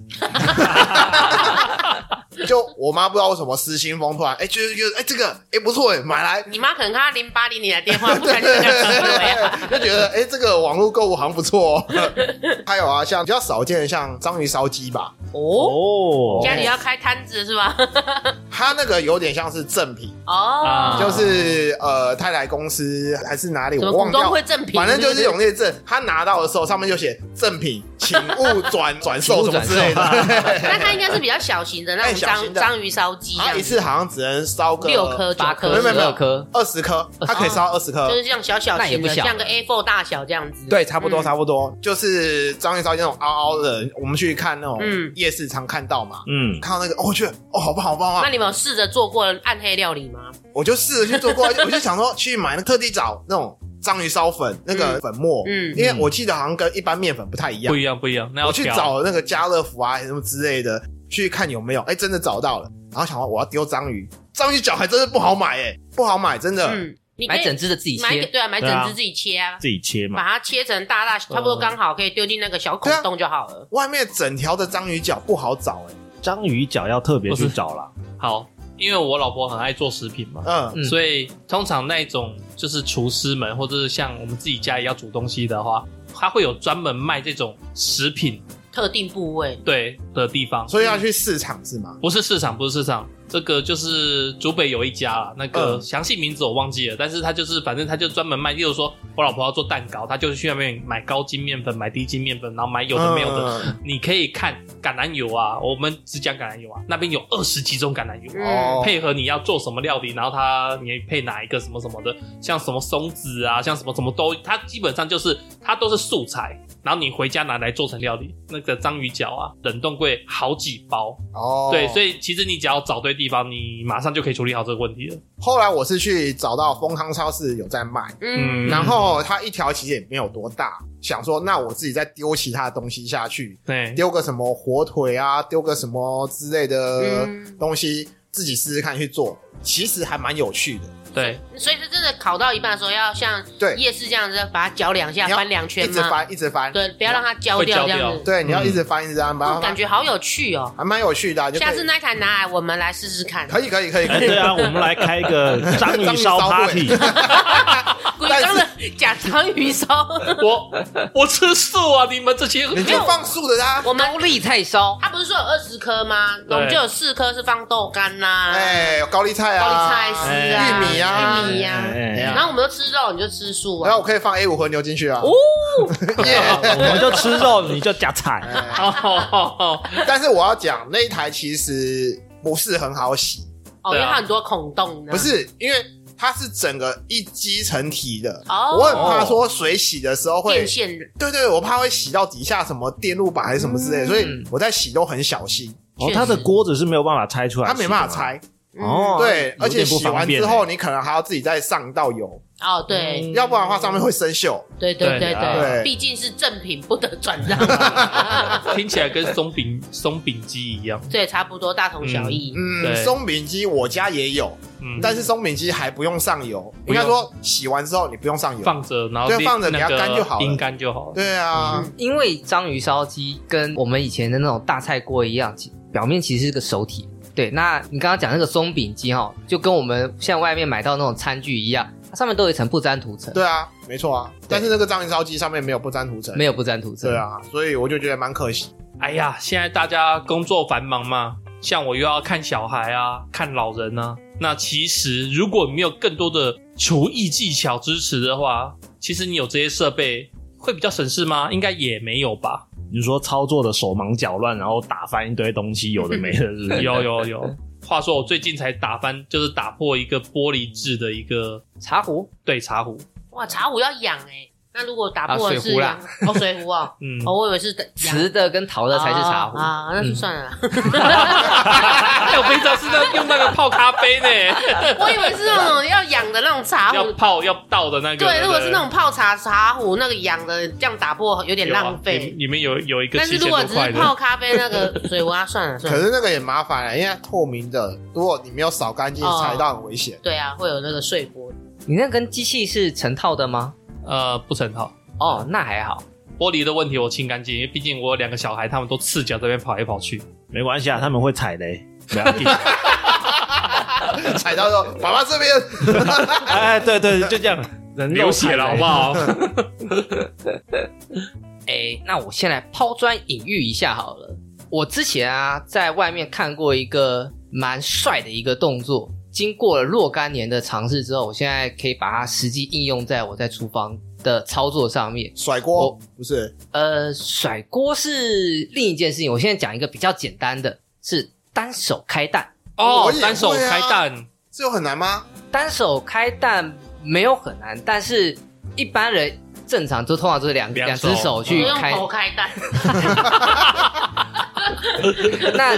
[SPEAKER 2] 就我妈不知道为什么失心疯，突然哎、觉得觉得哎、这个哎、不错哎，买来。
[SPEAKER 3] 你妈可能看她零八零零的电 话，不小心就这样了呀。
[SPEAKER 2] 就觉得哎、这个网络购物好像不错、哦。还有啊，像比较少见的，像章鱼烧鸡吧，
[SPEAKER 3] 哦，
[SPEAKER 1] 哦，
[SPEAKER 3] 家里要开摊子是吧？
[SPEAKER 2] 它那个有点像是赠品，
[SPEAKER 3] 哦，
[SPEAKER 4] 啊
[SPEAKER 2] 就是呃，泰来公司还是哪里，
[SPEAKER 3] 什么
[SPEAKER 2] 哎我
[SPEAKER 3] 股
[SPEAKER 2] 忘
[SPEAKER 3] 东
[SPEAKER 2] 掉
[SPEAKER 3] 会。赠品，
[SPEAKER 2] 反正就是有
[SPEAKER 3] 不
[SPEAKER 2] 那证，他拿到的时候上面就写赠品，请勿转转售什么之类的。
[SPEAKER 3] 那它应该是比较小型的，那
[SPEAKER 2] 哎
[SPEAKER 3] 种
[SPEAKER 2] 小型
[SPEAKER 3] 章
[SPEAKER 2] 的
[SPEAKER 3] 章鱼烧鸡这
[SPEAKER 2] 他
[SPEAKER 3] 样
[SPEAKER 2] 一
[SPEAKER 3] 子，
[SPEAKER 2] 次好像只能烧个
[SPEAKER 3] 六颗、九
[SPEAKER 5] 八
[SPEAKER 3] 颗，
[SPEAKER 5] 颗、
[SPEAKER 2] 没有没有
[SPEAKER 5] 十
[SPEAKER 2] 没有
[SPEAKER 5] 二颗，
[SPEAKER 2] 二十颗，它可以烧二十颗
[SPEAKER 3] 哦就，是像小小
[SPEAKER 5] 那也
[SPEAKER 3] 型
[SPEAKER 5] 不
[SPEAKER 3] 的，
[SPEAKER 5] 小
[SPEAKER 3] 像个 A4 大小这样子。
[SPEAKER 2] 对，差不多
[SPEAKER 3] 嗯
[SPEAKER 2] 差不多，就是章鱼烧那种凹凹的，我们去看那种
[SPEAKER 3] 嗯
[SPEAKER 2] 夜市常看到嘛，
[SPEAKER 1] 嗯，
[SPEAKER 2] 看到那个，哦我去，哦，好棒好棒
[SPEAKER 3] 那
[SPEAKER 2] 啊！
[SPEAKER 3] 你们有试着做过暗黑料理吗？
[SPEAKER 2] 我就试着去做过， 我就想说去买那特地找那种章鱼烧粉那个粉末，
[SPEAKER 3] 嗯
[SPEAKER 2] 因为我记得好像跟一般面粉不太一样
[SPEAKER 4] 不，一样不一样，那要
[SPEAKER 2] 我去
[SPEAKER 4] 调
[SPEAKER 2] 找那个家乐福啊什么之类的去看有没有，哎，真的找到了，然后想说我要丢章鱼，章鱼脚还真的不好买，哎，不好买，真的，
[SPEAKER 3] 嗯，你可
[SPEAKER 5] 买整
[SPEAKER 3] 以
[SPEAKER 5] 只的自己
[SPEAKER 3] 买一个
[SPEAKER 5] 切。
[SPEAKER 3] 对啊，买
[SPEAKER 1] 对
[SPEAKER 3] 整
[SPEAKER 1] 啊
[SPEAKER 3] 只自己切啊，
[SPEAKER 1] 自己切
[SPEAKER 3] 把
[SPEAKER 1] 嘛，
[SPEAKER 3] 它切成大大，差不多刚好可以丢进那个小孔
[SPEAKER 2] 对啊
[SPEAKER 3] 洞就好了。
[SPEAKER 2] 外面整条的章鱼脚不好找，哎。
[SPEAKER 1] 章鱼脚要特别去找啦。
[SPEAKER 4] 好，因为我老婆很爱做食品嘛，
[SPEAKER 2] 嗯
[SPEAKER 5] 嗯
[SPEAKER 4] 所以通常那种就是厨师们，或者是像我们自己家里要煮东西的话，他会有专门卖这种食品
[SPEAKER 3] 特定部位，
[SPEAKER 4] 对的地方，
[SPEAKER 2] 所以要去市场是吗？
[SPEAKER 4] 不是市场，不是市场，这个就是竹北有一家啦，那个
[SPEAKER 2] 嗯
[SPEAKER 4] 详细名字我忘记了，但是他就是反正他就专门卖，例如说我老婆要做蛋糕，他就去那边买高筋面粉、买低筋面粉，然后买有的没有的。
[SPEAKER 2] 的
[SPEAKER 4] 你可以看橄榄油啊，我们只讲橄榄油啊，那边有二十几种橄榄油。啊
[SPEAKER 2] 哦
[SPEAKER 3] 嗯，
[SPEAKER 4] 配合你要做什么料理，然后它你配哪一个什么什么的，像什么松子啊，像什么什么都，它基本上就是它都是素材，然后你回家拿来做成料理。那个章鱼脚啊，冷冻柜好几包，
[SPEAKER 2] 哦，
[SPEAKER 4] 对，所
[SPEAKER 2] 以
[SPEAKER 4] 以其实你只要找对地方，你马上就可以处理好这个问题了。
[SPEAKER 2] 后来我是去找到丰康超市有在卖，
[SPEAKER 3] 嗯，
[SPEAKER 2] 然后它一条其实也没有多大，想说那我自己再丢其他的东西下去，
[SPEAKER 4] 嗯对，
[SPEAKER 2] 丢个什么火腿啊，丢个什么之类的
[SPEAKER 3] 嗯
[SPEAKER 2] 东西，自己试试看去做，其实还蛮有趣的。
[SPEAKER 4] 对，
[SPEAKER 3] 所以是真的烤到一半的时候，要像
[SPEAKER 2] 对
[SPEAKER 3] 夜市这样子，把它搅两下，
[SPEAKER 2] 你要
[SPEAKER 3] 翻两
[SPEAKER 2] 一
[SPEAKER 3] 圈
[SPEAKER 2] 直
[SPEAKER 3] 嘛，
[SPEAKER 2] 翻，一直翻，
[SPEAKER 3] 对，不要让它焦
[SPEAKER 4] 会焦
[SPEAKER 3] 掉这样
[SPEAKER 4] 掉
[SPEAKER 3] 子。
[SPEAKER 2] 对，你要
[SPEAKER 4] 嗯
[SPEAKER 2] 一直翻，一直翻，
[SPEAKER 3] 哦
[SPEAKER 2] 把它
[SPEAKER 3] 感觉好有趣哦，
[SPEAKER 2] 还蛮有趣的啊，就可
[SPEAKER 3] 下次
[SPEAKER 2] 以
[SPEAKER 3] 那一台拿来，我们来试试看。
[SPEAKER 2] 可以可以可 以
[SPEAKER 1] 哎，
[SPEAKER 2] 可以
[SPEAKER 1] 对，啊，我们来开一个 章鱼烧
[SPEAKER 2] 章
[SPEAKER 1] party，
[SPEAKER 2] 鱼
[SPEAKER 3] 鬼章的 假章鱼烧，
[SPEAKER 4] 我我吃素啊，你们这些
[SPEAKER 2] 你就放素的啊，
[SPEAKER 3] 我们
[SPEAKER 5] 高丽菜烧，
[SPEAKER 3] 他不是说有二十颗吗？
[SPEAKER 4] 对
[SPEAKER 3] 我们就有四颗是放豆干呐、
[SPEAKER 2] 哎，高丽菜
[SPEAKER 3] 高
[SPEAKER 2] 啊，
[SPEAKER 3] 丽菜丝啊、
[SPEAKER 2] 玉米啊
[SPEAKER 3] 玉米呀、
[SPEAKER 1] 哎哎
[SPEAKER 2] 呀
[SPEAKER 1] 哎
[SPEAKER 3] 然后我们都吃肉，你就吃素
[SPEAKER 2] 然
[SPEAKER 3] 啊
[SPEAKER 2] 后。我可以放 A 五和牛进去啊。
[SPEAKER 3] 哦
[SPEAKER 2] 耶
[SPEAKER 1] 我们就吃肉，你就夹 菜。
[SPEAKER 2] 哎
[SPEAKER 4] 啊哦哦哦，
[SPEAKER 2] 但是我要讲那一台其实不是很好洗，
[SPEAKER 3] 哦，因
[SPEAKER 4] 对啊
[SPEAKER 3] 为它很多孔洞呢。
[SPEAKER 2] 不是因为它是整个一机成体的，
[SPEAKER 3] 哦，
[SPEAKER 2] 我很怕说水洗的时候会
[SPEAKER 3] 电，线
[SPEAKER 2] 对对，我怕会洗到底下什么电路板还是什么之类的，
[SPEAKER 5] 嗯
[SPEAKER 2] 所以我在洗都很小心，
[SPEAKER 1] 哦，它的锅子是没有办法拆出来，
[SPEAKER 2] 它没办法。拆。嗯
[SPEAKER 1] 哦，
[SPEAKER 2] 对，
[SPEAKER 1] 有
[SPEAKER 2] 而且
[SPEAKER 1] 点不
[SPEAKER 2] 洗
[SPEAKER 1] 方
[SPEAKER 2] 完
[SPEAKER 1] 便
[SPEAKER 2] 之后
[SPEAKER 1] 欸，
[SPEAKER 2] 你可能还要自己再上到油，
[SPEAKER 3] 哦，对
[SPEAKER 1] 嗯
[SPEAKER 2] 要不然的话上面会生锈。
[SPEAKER 3] 对对对
[SPEAKER 4] 对
[SPEAKER 1] 啊
[SPEAKER 2] 对
[SPEAKER 3] 对，毕竟是正品，不得转让。
[SPEAKER 4] 听起来跟松饼松饼机一样，
[SPEAKER 3] 对，差不多大同小异。
[SPEAKER 2] 嗯，
[SPEAKER 4] 对
[SPEAKER 2] 松饼机我家也有，
[SPEAKER 4] 嗯，
[SPEAKER 2] 但是松饼机还不用上油，
[SPEAKER 4] 不
[SPEAKER 2] 应
[SPEAKER 4] 用
[SPEAKER 2] 该说洗完之后你不用上油。
[SPEAKER 4] 放着，然后
[SPEAKER 2] 对放着
[SPEAKER 4] 那
[SPEAKER 2] 等
[SPEAKER 4] 个
[SPEAKER 2] 下干就好了
[SPEAKER 4] 阴干就好了。
[SPEAKER 2] 对啊，
[SPEAKER 3] 嗯
[SPEAKER 5] 因为章鱼烧鸡跟我们以前的那种大菜锅一样，其表面其实是个熟体。对，那你刚刚讲那个松饼鸡哈，就跟我们像外面买到那种餐具一样，它上面都有一层不粘土层，
[SPEAKER 2] 对啊，没错啊。但是那个章鱼烧鸡上面没有不粘涂层，
[SPEAKER 5] 没有不粘土层。
[SPEAKER 2] 对，啊，所以我就觉得蛮可惜。
[SPEAKER 4] 哎呀，现在大家工作繁忙嘛，像我又要看小孩啊，看老人啊。那其实如果没有更多的厨艺技巧支持的话，其实你有这些设备会比较省事吗？应该也没有吧。
[SPEAKER 1] 你说操作的手忙脚乱，然后打翻一堆东西，有的没 的，是不是？
[SPEAKER 4] 有有有。话说我最近才打翻，就是打破一个玻璃制的一个
[SPEAKER 5] 茶壶
[SPEAKER 4] 对茶壶，
[SPEAKER 3] 哇，茶壶要养哎，那如果打破
[SPEAKER 5] 啊
[SPEAKER 3] 的
[SPEAKER 5] 水
[SPEAKER 3] 是
[SPEAKER 5] 壶
[SPEAKER 3] 养
[SPEAKER 5] 啦
[SPEAKER 3] 哦水壶哦，
[SPEAKER 4] 嗯，
[SPEAKER 3] 哦我以为是养
[SPEAKER 5] 瓷的跟陶的才是茶壶。
[SPEAKER 3] 哦啊，那就算了啦。
[SPEAKER 4] 哎我平常是在用那个泡咖啡呢，
[SPEAKER 3] 我以为是那种要养的那种 茶
[SPEAKER 4] 要
[SPEAKER 3] 壶。
[SPEAKER 4] 泡要倒的那个。
[SPEAKER 3] 对，如果
[SPEAKER 4] 不
[SPEAKER 3] 是那种泡茶茶壶，那个养的这样打破有点
[SPEAKER 4] 有啊
[SPEAKER 3] 浪
[SPEAKER 4] 里
[SPEAKER 3] 费。
[SPEAKER 4] 里面有有一个
[SPEAKER 3] 但
[SPEAKER 4] 七
[SPEAKER 3] 是
[SPEAKER 4] 千
[SPEAKER 3] 如
[SPEAKER 4] 多
[SPEAKER 3] 果只
[SPEAKER 4] 块
[SPEAKER 3] 是
[SPEAKER 4] 的，
[SPEAKER 3] 泡咖啡那个水壶啊，算了算
[SPEAKER 2] 可
[SPEAKER 3] 了。
[SPEAKER 2] 是那个也麻烦啊了，因为它透明的，如果你没有扫干净，
[SPEAKER 3] 哦
[SPEAKER 2] 踩到很危险。
[SPEAKER 3] 对啊，会有那个碎波。
[SPEAKER 5] 你那跟机器是成套的吗？
[SPEAKER 4] 呃，不成套。
[SPEAKER 5] 哦，那还好。
[SPEAKER 4] 玻璃的问题我清干净，因为毕竟我有两个小孩，他们都赤脚这边跑来跑去。
[SPEAKER 1] 没关系啊，他们会踩雷，不要紧。
[SPEAKER 4] 哦
[SPEAKER 2] 踩到 说，爸爸这边，
[SPEAKER 1] 哎，对对，就这样，人肉
[SPEAKER 4] 流血了
[SPEAKER 1] 踩
[SPEAKER 4] 好
[SPEAKER 1] 雷
[SPEAKER 4] 不？好？
[SPEAKER 2] 哦
[SPEAKER 5] 哎，那我先来抛砖引玉一下好了。我之前啊，在外面看过一个蛮帅的一个动作，经过了若干年的尝试之后，我现在可以把它实际应用在我在厨房的操作上面。
[SPEAKER 2] 甩锅
[SPEAKER 4] 哦
[SPEAKER 2] 不是
[SPEAKER 5] 呃，甩锅是另一件事情，我现在讲一个比较简单的，是单手开蛋。
[SPEAKER 4] 哦
[SPEAKER 2] 我也会，啊
[SPEAKER 4] 单手开蛋，
[SPEAKER 2] 这有很难吗？
[SPEAKER 5] 单手开蛋没有很难，但是一般人正常都通常都是两
[SPEAKER 4] 两
[SPEAKER 5] 两只
[SPEAKER 4] 手
[SPEAKER 5] 手
[SPEAKER 3] 不
[SPEAKER 5] 去
[SPEAKER 3] 嗯用
[SPEAKER 5] 开
[SPEAKER 3] 头开蛋，
[SPEAKER 5] 那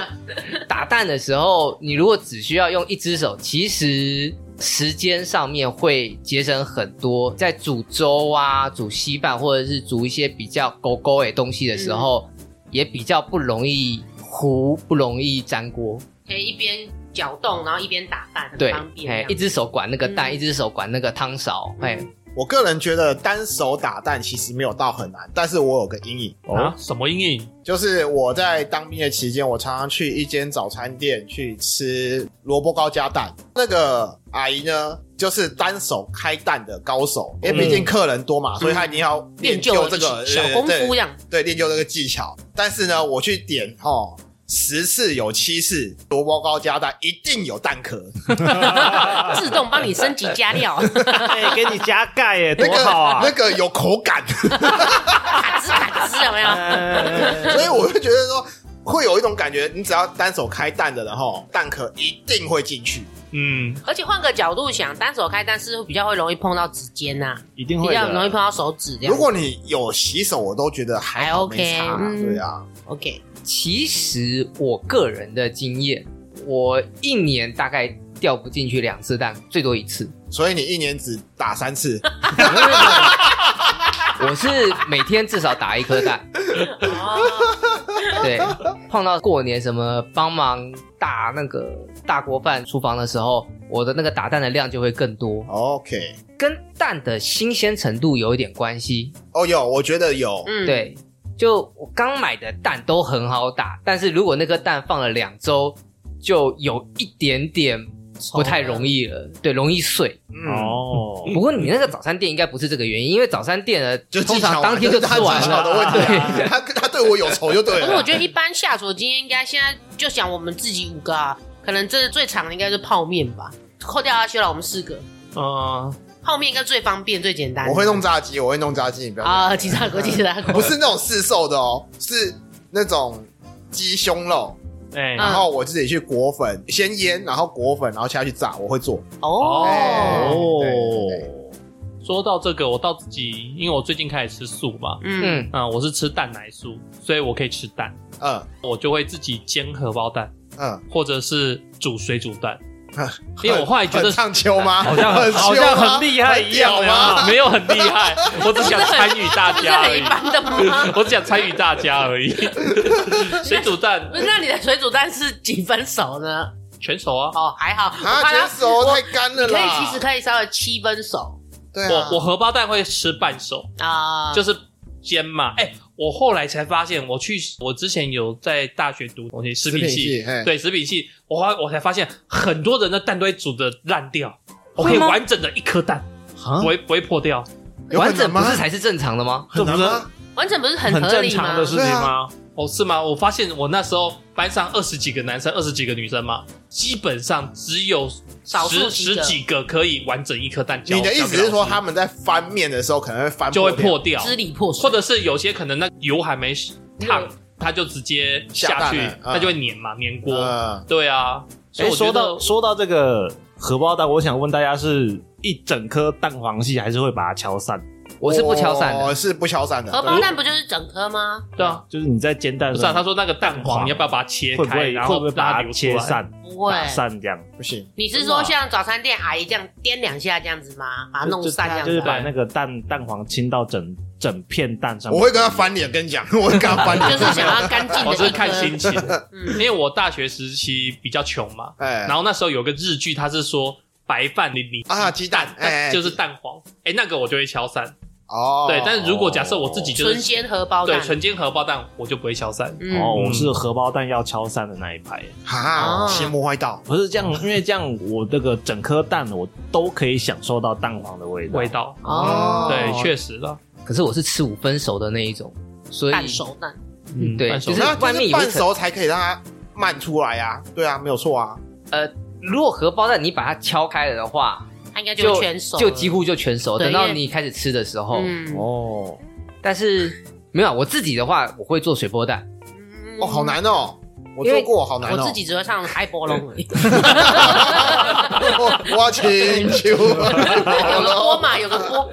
[SPEAKER 5] 打蛋的时候，你如果只需要用一只手，其实时间上面会节省很多。在煮粥啊、煮稀饭或者是煮一些比较勾勾的东西的时候，嗯也比较不容易糊，不容易粘锅。
[SPEAKER 3] 可以一边搅动，然后一边打蛋，很
[SPEAKER 5] 对
[SPEAKER 3] 方，便
[SPEAKER 5] 哎，
[SPEAKER 3] 这
[SPEAKER 5] 一
[SPEAKER 3] 样。
[SPEAKER 5] 只手管那个蛋，
[SPEAKER 3] 嗯
[SPEAKER 5] 一只手管那个汤勺，哎、
[SPEAKER 2] 我个人觉得单手打蛋其实没有到很难，但是我有个阴影，
[SPEAKER 1] 哦
[SPEAKER 4] 啊，什么阴影？
[SPEAKER 2] 就是我在当兵的期间，我常常去一间早餐店去吃萝卜糕加蛋。那个阿姨呢，就是单手开蛋的高手，因为毕竟客人多嘛，所以她一定要
[SPEAKER 3] 练
[SPEAKER 2] 就
[SPEAKER 3] 就
[SPEAKER 2] 这个呃
[SPEAKER 3] 小功夫
[SPEAKER 2] 对
[SPEAKER 3] 这样，
[SPEAKER 2] 对，练就这个技巧。但是呢，我去点哦，十次有七次萝卜糕加蛋一定有蛋壳，
[SPEAKER 3] 自动帮你升级加料，
[SPEAKER 1] 哎，给你加 盖耶，多
[SPEAKER 2] 那个、
[SPEAKER 1] 好啊
[SPEAKER 2] 那！个有口感，
[SPEAKER 3] 卡兹卡兹有没有？
[SPEAKER 1] 哎
[SPEAKER 2] 所以我就觉得说会有一种感觉，你只要单手开蛋的，然后蛋壳一定会进去。
[SPEAKER 4] 嗯，
[SPEAKER 3] 而且换个角度想，单手开单是比较会容易碰到指尖呐、
[SPEAKER 1] 一定
[SPEAKER 3] 比
[SPEAKER 1] 会
[SPEAKER 3] 较容易
[SPEAKER 1] 的。
[SPEAKER 3] 碰到手指这样。
[SPEAKER 2] 如果你有洗手，我都觉得还好
[SPEAKER 3] 还
[SPEAKER 2] 没差、
[SPEAKER 3] OK，嗯
[SPEAKER 2] 对啊，
[SPEAKER 3] OK，
[SPEAKER 5] 其实我个人的经验，我一年大概掉不进去两次蛋，最多一次。
[SPEAKER 2] 所以你一年只打三次，
[SPEAKER 5] 我是每天至少打一颗蛋，
[SPEAKER 3] 哦，
[SPEAKER 5] 对，碰到过年什么帮忙大那个大锅饭厨房的时候，我的那个打蛋的量就会更多，
[SPEAKER 2] OK，
[SPEAKER 5] 跟蛋的新鲜程度有一点关系。
[SPEAKER 2] 哦，有，我觉得有，
[SPEAKER 3] 嗯，，
[SPEAKER 5] 对，就我刚买的蛋都很好打，但是如果那颗蛋放了两周，就有一点点不太容易了，对，容易碎。
[SPEAKER 2] 嗯，
[SPEAKER 1] 哦，
[SPEAKER 5] 不过你那个早餐店应该不是这个原因，因为早餐店呢，
[SPEAKER 2] 就
[SPEAKER 5] 通
[SPEAKER 2] 技巧啊
[SPEAKER 5] 常当天就
[SPEAKER 2] 这是
[SPEAKER 5] 吃
[SPEAKER 2] 他
[SPEAKER 5] 完
[SPEAKER 2] 技巧的
[SPEAKER 5] 了。
[SPEAKER 2] 问题、啊，他他对我有仇就对啊
[SPEAKER 3] 可是 我
[SPEAKER 2] 了。
[SPEAKER 3] 觉得一般下手今天应该现在就想我们自己五个啊，可能这最长的应该是泡面吧，扣掉阿修了，我们四个，
[SPEAKER 1] 哦
[SPEAKER 4] 呃，
[SPEAKER 3] 泡面应该最方便最简单。
[SPEAKER 2] 我会弄炸鸡，我会弄炸鸡，你不要讲。
[SPEAKER 3] 啊，其他国际炸
[SPEAKER 2] 不
[SPEAKER 3] 锅，
[SPEAKER 2] 是那种市售的哦，是那种鸡胸肉，
[SPEAKER 4] 哎、
[SPEAKER 3] 嗯
[SPEAKER 1] 啊
[SPEAKER 2] 然后我自己去裹粉，先腌，然后裹粉，然后下去炸，我会做。
[SPEAKER 3] 哦，
[SPEAKER 1] 哦
[SPEAKER 2] 对对，
[SPEAKER 4] 说到这个，我到自己，因为我最近开始吃素嘛，
[SPEAKER 3] 嗯，
[SPEAKER 5] 嗯，
[SPEAKER 4] 嗯、我是吃蛋奶素，所以我可以吃蛋，
[SPEAKER 2] 嗯
[SPEAKER 4] 我就会自己煎荷包蛋，
[SPEAKER 2] 嗯，
[SPEAKER 4] 或者是煮水煮 蛋，因为我后来觉得
[SPEAKER 2] 很唱秋吗？
[SPEAKER 4] 好像
[SPEAKER 2] 很
[SPEAKER 4] 好像很厉害一样
[SPEAKER 2] 屌
[SPEAKER 4] 啊，
[SPEAKER 2] 吗？
[SPEAKER 4] 没有很厉害，我只想参与大
[SPEAKER 3] 不是
[SPEAKER 4] 家而
[SPEAKER 3] 很一
[SPEAKER 4] 已，
[SPEAKER 3] 般的吗？
[SPEAKER 4] 我只想参与大家而已。 水煮蛋
[SPEAKER 3] 不是，那你的水煮蛋是几分熟呢？
[SPEAKER 4] 全熟啊，
[SPEAKER 3] 哦，还好，我
[SPEAKER 2] 啊，
[SPEAKER 3] 怕它
[SPEAKER 2] 全熟太干了
[SPEAKER 3] 你可以
[SPEAKER 2] 啦。
[SPEAKER 3] 其实可以稍微七分熟
[SPEAKER 2] 对啊，
[SPEAKER 4] 我我荷包蛋会吃半熟，
[SPEAKER 3] 啊，
[SPEAKER 4] 就是是煎嘛。哎、我后来才发现，我去我之前有在大学读东西食品系，
[SPEAKER 2] 系，嘿
[SPEAKER 4] 对食品系，我后来我才发现很多人的蛋都会煮的烂掉，我可
[SPEAKER 5] 会
[SPEAKER 4] 以
[SPEAKER 5] 吗
[SPEAKER 4] 完整的一颗蛋
[SPEAKER 1] 啊
[SPEAKER 4] 不，会不会破掉。
[SPEAKER 2] 有
[SPEAKER 5] 完
[SPEAKER 2] 很难
[SPEAKER 5] 整不
[SPEAKER 2] 吗
[SPEAKER 5] 是？才是正常的吗？
[SPEAKER 1] 这
[SPEAKER 2] 很
[SPEAKER 1] 不
[SPEAKER 2] 难
[SPEAKER 1] 是
[SPEAKER 2] 吗？
[SPEAKER 3] 完整不是很
[SPEAKER 1] 很
[SPEAKER 3] 合
[SPEAKER 1] 正
[SPEAKER 3] 理吗
[SPEAKER 1] 常的？事情
[SPEAKER 2] 啊
[SPEAKER 1] 吗？
[SPEAKER 4] 哦，是吗？我发现我那时候班上二十几个男生，二十几个女生嘛，基本上只有
[SPEAKER 3] 少数
[SPEAKER 4] 十
[SPEAKER 3] 几
[SPEAKER 4] 十
[SPEAKER 3] 个
[SPEAKER 4] 几个可以完整一颗蛋交。
[SPEAKER 2] 你的意思是
[SPEAKER 4] 交给
[SPEAKER 2] 说
[SPEAKER 4] 老师
[SPEAKER 2] 他们在翻面的时候可能会翻
[SPEAKER 4] 就会破掉，
[SPEAKER 3] 支离破碎，
[SPEAKER 4] 或者是有些可能那油还没烫，它就直接下去
[SPEAKER 2] 下蛋了，嗯
[SPEAKER 4] 它就会粘嘛，粘
[SPEAKER 2] 掉？
[SPEAKER 4] 锅。
[SPEAKER 2] 嗯，
[SPEAKER 4] 对啊，所
[SPEAKER 1] 哎
[SPEAKER 4] 以，我觉
[SPEAKER 1] 说
[SPEAKER 4] 得
[SPEAKER 1] 到说到这个荷包蛋，我想问大家是。一整颗蛋黄系还是会把它敲散，
[SPEAKER 5] 我是不敲散的，哦
[SPEAKER 2] 我哦是不敲散的。
[SPEAKER 3] 荷包蛋不就是整颗吗？
[SPEAKER 4] 对啊，
[SPEAKER 1] 就是你在煎蛋的
[SPEAKER 4] 不是
[SPEAKER 1] 时
[SPEAKER 4] 啊，
[SPEAKER 1] 候，
[SPEAKER 4] 他说那个蛋黄
[SPEAKER 1] 黄
[SPEAKER 4] 你要不要啊把它切
[SPEAKER 1] 嗯会不
[SPEAKER 4] 开，
[SPEAKER 1] 会
[SPEAKER 4] 然
[SPEAKER 1] 会不
[SPEAKER 4] 后
[SPEAKER 1] 会把
[SPEAKER 4] 它流
[SPEAKER 1] 它
[SPEAKER 4] 出
[SPEAKER 1] 切
[SPEAKER 4] 来？
[SPEAKER 1] 散、
[SPEAKER 3] 不会
[SPEAKER 1] 打，散这样？
[SPEAKER 2] 对不行，
[SPEAKER 3] 你是说像早餐店阿姨这样颠两下这样子吗？把它弄散这样
[SPEAKER 1] 就是
[SPEAKER 3] 子
[SPEAKER 1] 把
[SPEAKER 3] 啊？
[SPEAKER 1] 那个蛋蛋黄清到整整片蛋上
[SPEAKER 2] 我
[SPEAKER 1] 面。
[SPEAKER 2] 会跟他翻脸，跟你讲， 我会跟他翻脸。
[SPEAKER 3] 就是想要干净的
[SPEAKER 4] 我哦是
[SPEAKER 3] 一
[SPEAKER 4] 看心
[SPEAKER 3] 颗，
[SPEAKER 4] 情，
[SPEAKER 3] 嗯，
[SPEAKER 4] 因为我大学时期比较穷嘛，
[SPEAKER 2] 哎，
[SPEAKER 4] 然后那时候有个日剧，它是说白饭淋你
[SPEAKER 2] 啊，鸡蛋，哎，
[SPEAKER 4] 就是蛋黄，哎，那个我就会敲散。
[SPEAKER 2] 哦，
[SPEAKER 4] 对，但是如果假设我自己就
[SPEAKER 3] 纯
[SPEAKER 4] 是
[SPEAKER 3] 煎荷包
[SPEAKER 4] 对
[SPEAKER 3] 蛋，
[SPEAKER 4] 纯煎荷包蛋，我就不会敲散。
[SPEAKER 3] 嗯
[SPEAKER 1] 哦，我是荷包蛋要敲散的那一排，
[SPEAKER 2] 哈，
[SPEAKER 3] 哦
[SPEAKER 2] 邪魔歪道，
[SPEAKER 1] 不是这样，因为这样我这个整颗蛋我都可以享受到蛋黄的味道。
[SPEAKER 4] 味道，
[SPEAKER 3] 哦，
[SPEAKER 4] 对，确实了，
[SPEAKER 5] 可是我是吃五分熟的那一种，所以
[SPEAKER 3] 半熟蛋，
[SPEAKER 4] 嗯，
[SPEAKER 5] 对
[SPEAKER 4] 半熟
[SPEAKER 5] 就是
[SPEAKER 2] 那
[SPEAKER 5] 外面有一层
[SPEAKER 2] 半熟才可以让它漫出来啊，对啊，没有错啊，
[SPEAKER 5] 如果荷包蛋你把它敲开了的话，
[SPEAKER 3] 它应该就
[SPEAKER 5] 就
[SPEAKER 3] 会全熟了，
[SPEAKER 5] 就几乎就全熟。
[SPEAKER 3] 对
[SPEAKER 5] 等到
[SPEAKER 3] 因为
[SPEAKER 5] 你开始吃的时候，
[SPEAKER 3] 嗯，
[SPEAKER 1] 哦，
[SPEAKER 5] 但是没有我自己的话，我会做水 波蛋，
[SPEAKER 3] 嗯
[SPEAKER 2] 哦，好。难哦，我
[SPEAKER 5] 因
[SPEAKER 2] 做
[SPEAKER 5] 为
[SPEAKER 2] 过，好难哦，
[SPEAKER 3] 我自己只会唱海波龙而已，
[SPEAKER 2] 我我请求，
[SPEAKER 3] 有个锅嘛，有个锅。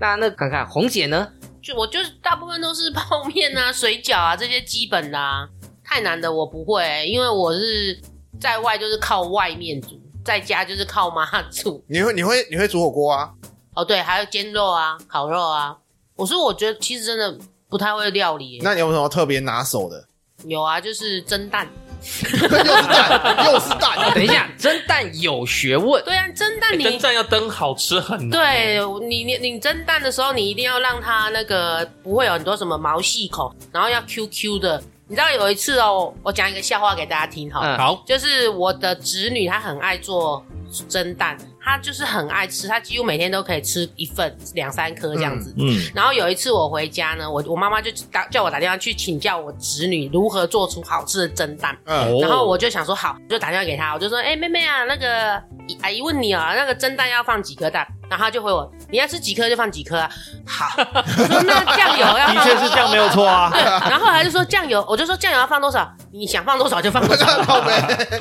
[SPEAKER 5] 那那看看红姐呢？
[SPEAKER 3] 就我就是大部分都是泡面啊、水饺啊这些基本的、啊，太难的我不会、因为我是在外就是靠外面煮，在家就是靠妈煮。
[SPEAKER 2] 你会你会你会煮火锅啊？
[SPEAKER 3] 哦，对，还有煎肉啊、烤肉啊。我说我觉得其实真的不太会料
[SPEAKER 5] 嗯
[SPEAKER 3] 理、
[SPEAKER 2] 那你有没有什么特别拿手的？
[SPEAKER 3] 有啊，就是蒸蛋。
[SPEAKER 2] 又是蛋，又是蛋，
[SPEAKER 5] 哦等一下， 蒸蛋有学问，
[SPEAKER 3] 对啊，蒸蛋
[SPEAKER 4] 哎
[SPEAKER 3] 你、
[SPEAKER 4] 蒸蛋要蒸好吃很难。
[SPEAKER 3] 对你你你蒸蛋的时候，你一定要让它那个不会有很多什么毛细孔，然后要 QQ 的。你知道有一次哦，我讲一个笑话给大家听哈。
[SPEAKER 5] 嗯
[SPEAKER 4] 好，
[SPEAKER 3] 就是我的侄女，她很爱做蒸蛋，他就是很爱吃，他几乎每天都可以吃一份两三颗这样子。
[SPEAKER 1] 嗯，
[SPEAKER 3] 然后有一次我回家呢，我我妈妈就打叫我打电话去请教我侄女如何做出好吃的蒸蛋。
[SPEAKER 4] 哦
[SPEAKER 1] 哦
[SPEAKER 2] 嗯，
[SPEAKER 3] 然后我就想说好，就打电话给她，我就说，哎、妹妹啊，那个阿姨问你啊，那个蒸蛋要放几颗蛋？然后她就回我，你要吃几颗就放几颗啊。好，我说那酱油要
[SPEAKER 1] 的
[SPEAKER 3] 放
[SPEAKER 1] 确是这样，没有错 啊。
[SPEAKER 3] 对，然后还是说酱油，我就说酱油要放多少，你想放多少就放多 少。
[SPEAKER 2] 靠背，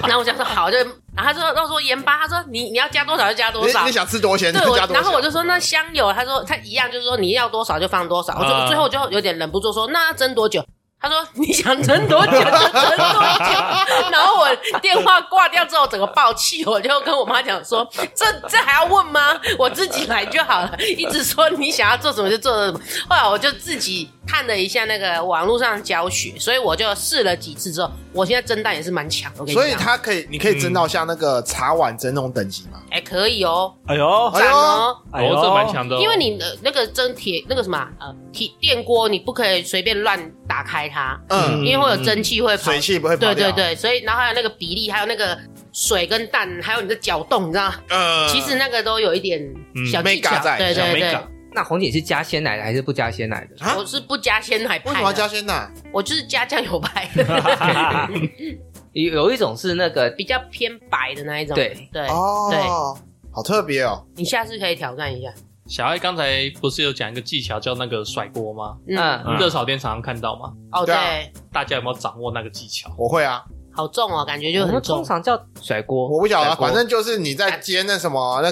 [SPEAKER 3] 然后我想说好，就然后他说，他说盐巴，他说你你要加多少就加多少
[SPEAKER 2] 你你。想吃多 咸，你
[SPEAKER 3] 对，
[SPEAKER 2] 就
[SPEAKER 3] 我
[SPEAKER 2] 加多
[SPEAKER 3] 然后我
[SPEAKER 2] 咸。
[SPEAKER 3] 就说那香油，他说他一样，就是说你要多少就放多少。我
[SPEAKER 4] 啊
[SPEAKER 2] 嗯
[SPEAKER 3] 就最后就有点忍不住说，那要蒸多久？他说 你想蒸多久就蒸多久。 然后我电话挂掉之后，整个爆气，我就跟我妈讲说，这这还要问吗？我自己来就好了。一直说你想要做什么就做什么。后来我就自己看了一下那个网络上教学，所以我就试了几次之后，我现在蒸蛋也是蛮强的。我跟你啊
[SPEAKER 2] 所以
[SPEAKER 3] 讲
[SPEAKER 2] 它可以，你可以蒸到像那个茶碗蒸那种等级嘛？
[SPEAKER 3] 哎可以哦，
[SPEAKER 1] 哎呦，
[SPEAKER 2] 哎呦
[SPEAKER 3] 赞哦。
[SPEAKER 1] 哎呦，
[SPEAKER 4] 哦，这 蛮强的哦，
[SPEAKER 3] 因为你的那个蒸铁那个什么啊呃铁电锅，你不可以随便乱打开它，
[SPEAKER 2] 嗯，
[SPEAKER 3] 因为会有蒸汽会跑
[SPEAKER 2] 水。汽不会跑
[SPEAKER 3] 对
[SPEAKER 2] 掉。
[SPEAKER 3] 对，对，所以然后还有那个比例，还有那个水跟蛋，还有你的搅动，你知道吗？
[SPEAKER 2] 呃，
[SPEAKER 3] 其实那个都有一点小技巧
[SPEAKER 2] mega 嗯在，
[SPEAKER 3] 对
[SPEAKER 2] 小
[SPEAKER 3] 对
[SPEAKER 4] mega
[SPEAKER 3] 对。
[SPEAKER 5] 那红姐是加鲜奶的还是不加鲜奶的？
[SPEAKER 2] 啊
[SPEAKER 3] 我是不加鲜奶
[SPEAKER 2] 为什
[SPEAKER 3] 派
[SPEAKER 2] 么要加
[SPEAKER 3] 的，
[SPEAKER 2] 鲜奶？
[SPEAKER 3] 我就是加酱油派的，
[SPEAKER 5] 有有一种是那个
[SPEAKER 3] 比较偏白的那一种。
[SPEAKER 5] 对
[SPEAKER 3] 对，
[SPEAKER 2] 哦，好特别哦。
[SPEAKER 3] 你下次可以挑战一下。
[SPEAKER 4] 小爱刚才不是有讲一个技巧叫那个甩锅吗？
[SPEAKER 3] 嗯，
[SPEAKER 1] 嗯
[SPEAKER 4] 热炒店常常看到吗？
[SPEAKER 3] 哦
[SPEAKER 2] 对啊
[SPEAKER 3] 对，
[SPEAKER 4] 大家有没有掌握那个技巧？
[SPEAKER 2] 我会啊，
[SPEAKER 3] 好重哦，感觉就
[SPEAKER 5] 我们
[SPEAKER 3] 很
[SPEAKER 5] 通
[SPEAKER 3] 重。
[SPEAKER 5] 常叫甩锅，
[SPEAKER 2] 我不晓得啊，
[SPEAKER 5] 甩锅
[SPEAKER 2] 反正就是你在煎那什么那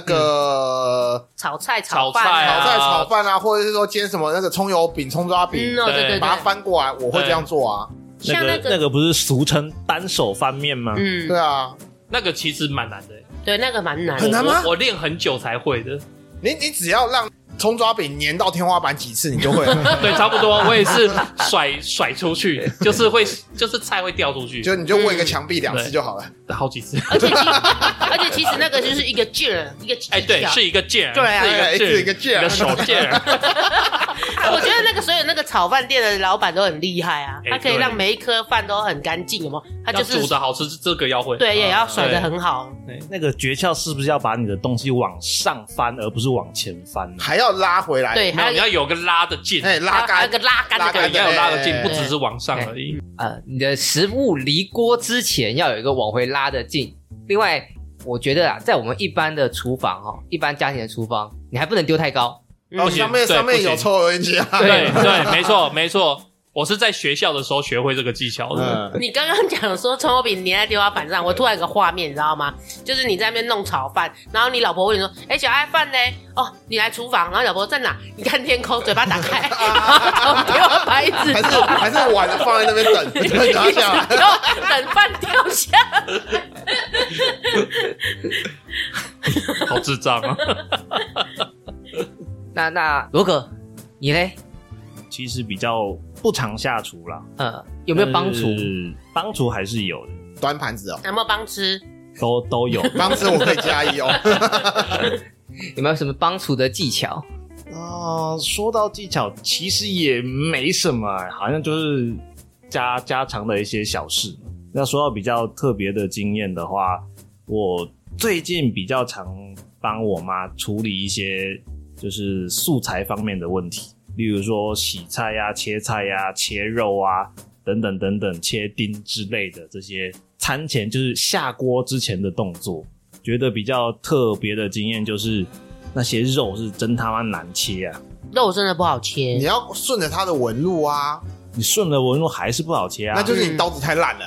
[SPEAKER 2] 个
[SPEAKER 3] 炒菜、
[SPEAKER 4] 炒
[SPEAKER 3] 饭
[SPEAKER 4] 菜
[SPEAKER 3] 啊，
[SPEAKER 2] 炒
[SPEAKER 4] 啊
[SPEAKER 2] 菜、炒饭啊，或者是说煎什么那个葱油饼、葱抓饼
[SPEAKER 3] 嗯，哦，对对对，嗯
[SPEAKER 2] 把它翻过来，我会这样做啊。
[SPEAKER 1] 那
[SPEAKER 3] 像那
[SPEAKER 1] 个那
[SPEAKER 3] 个，
[SPEAKER 1] 个不是俗称单手翻面吗？
[SPEAKER 3] 嗯
[SPEAKER 2] 对，啊，
[SPEAKER 4] 那个其实蛮难的欸，
[SPEAKER 3] 对，那个蛮难的
[SPEAKER 2] 很。 难吗
[SPEAKER 4] 我我练很久才会的。
[SPEAKER 2] 你你只要让葱抓饼粘到天花板几次，你就 会了，
[SPEAKER 4] 对，差不多，我也是甩甩出去，就是会就是菜会掉出去，
[SPEAKER 2] 就你就喂个墙壁两次就好了。
[SPEAKER 4] 好几次。
[SPEAKER 3] 而且其而且其实那个就是一个劲儿，一个
[SPEAKER 4] 哎，对，
[SPEAKER 3] 技巧
[SPEAKER 4] 是一个劲儿，
[SPEAKER 3] 对啊
[SPEAKER 4] 是一个
[SPEAKER 2] 哎对是一个
[SPEAKER 4] 劲
[SPEAKER 2] 劲
[SPEAKER 4] 儿，
[SPEAKER 2] 儿
[SPEAKER 4] 一个手劲儿。
[SPEAKER 3] 我觉得那个所有那个炒饭店的老板都很厉害啊，
[SPEAKER 4] 哎
[SPEAKER 3] 他可以
[SPEAKER 4] 对
[SPEAKER 3] 让每一颗饭都很干净，有没 有？他
[SPEAKER 4] 要
[SPEAKER 3] 就是
[SPEAKER 4] 煮的好啊吃，这个要会。
[SPEAKER 3] 对，也要
[SPEAKER 2] 嗯
[SPEAKER 3] 甩的很好。
[SPEAKER 1] 那个诀窍是不是要把你的东西往上翻，而不是往前翻呢？
[SPEAKER 2] 还要拉回来，
[SPEAKER 3] 对，
[SPEAKER 4] 没有
[SPEAKER 3] 还
[SPEAKER 4] 你
[SPEAKER 3] 有
[SPEAKER 4] 要有个拉的劲，
[SPEAKER 2] 哎，拉
[SPEAKER 3] 还
[SPEAKER 2] 杆
[SPEAKER 3] 有个，拉杆的
[SPEAKER 2] 拉
[SPEAKER 3] 感
[SPEAKER 2] 杆
[SPEAKER 4] 你
[SPEAKER 3] 觉。
[SPEAKER 4] 要有拉的
[SPEAKER 2] 对
[SPEAKER 4] 劲，不
[SPEAKER 3] 对哎
[SPEAKER 4] 只是往上而已。
[SPEAKER 5] 呃，你的食物离锅之前要有一个往回拉的劲。另外，我觉得啊，在我们一般的厨房哦，一般家庭的厨房，你还不能丢太高。
[SPEAKER 3] 嗯
[SPEAKER 2] 然后哦上面
[SPEAKER 4] 对
[SPEAKER 2] 上面有
[SPEAKER 4] 不行
[SPEAKER 2] 抽油烟机
[SPEAKER 3] 哎
[SPEAKER 2] 啊。
[SPEAKER 4] 对对，没错没错，我是在学校的时候学会这个技巧的。
[SPEAKER 2] 嗯，
[SPEAKER 3] 你刚刚讲说葱油饼粘在天花板上，我突然有个画面，你知道吗？就是你在那边弄炒饭，然后你老婆问你说：“哎、小爱饭呢？”哦，你来厨房，然后老婆在哪？你看天空，嘴巴打开，哦然后天花板一 直
[SPEAKER 2] 还是还是碗放在那边 等，等它下
[SPEAKER 4] 啊
[SPEAKER 2] 来。
[SPEAKER 3] 然后等饭掉下来。
[SPEAKER 4] 好智 障啊！
[SPEAKER 5] 那那罗哥，你嘞？
[SPEAKER 1] 其实比较不常下厨啦，
[SPEAKER 5] 呃，有没有帮厨？
[SPEAKER 1] 但是帮厨还是有的，
[SPEAKER 2] 端盘子哦，
[SPEAKER 3] 有没有帮吃？
[SPEAKER 1] 都都 有。嗯
[SPEAKER 2] 当时我可以加 一哦。
[SPEAKER 5] 有没有什么帮厨的技巧？
[SPEAKER 1] 啊、说到技巧，其实也没什么、好像就是家家常的一些小事。那说到比较特别的经验的话，我最近比较常帮我妈处理一些就是素材方面的问题，例如说洗菜呀、切菜呀、切肉啊等等等等，切丁之类的这些餐前就是下锅之前的动作。觉得比较特别的经验就是，那些肉是真他妈难切啊！
[SPEAKER 3] 肉真的不好
[SPEAKER 2] 你
[SPEAKER 3] 切，
[SPEAKER 2] 要顺着它的纹路啊，
[SPEAKER 1] 你顺了纹路还是不好切啊嗯
[SPEAKER 2] 那！就是你刀子太烂了。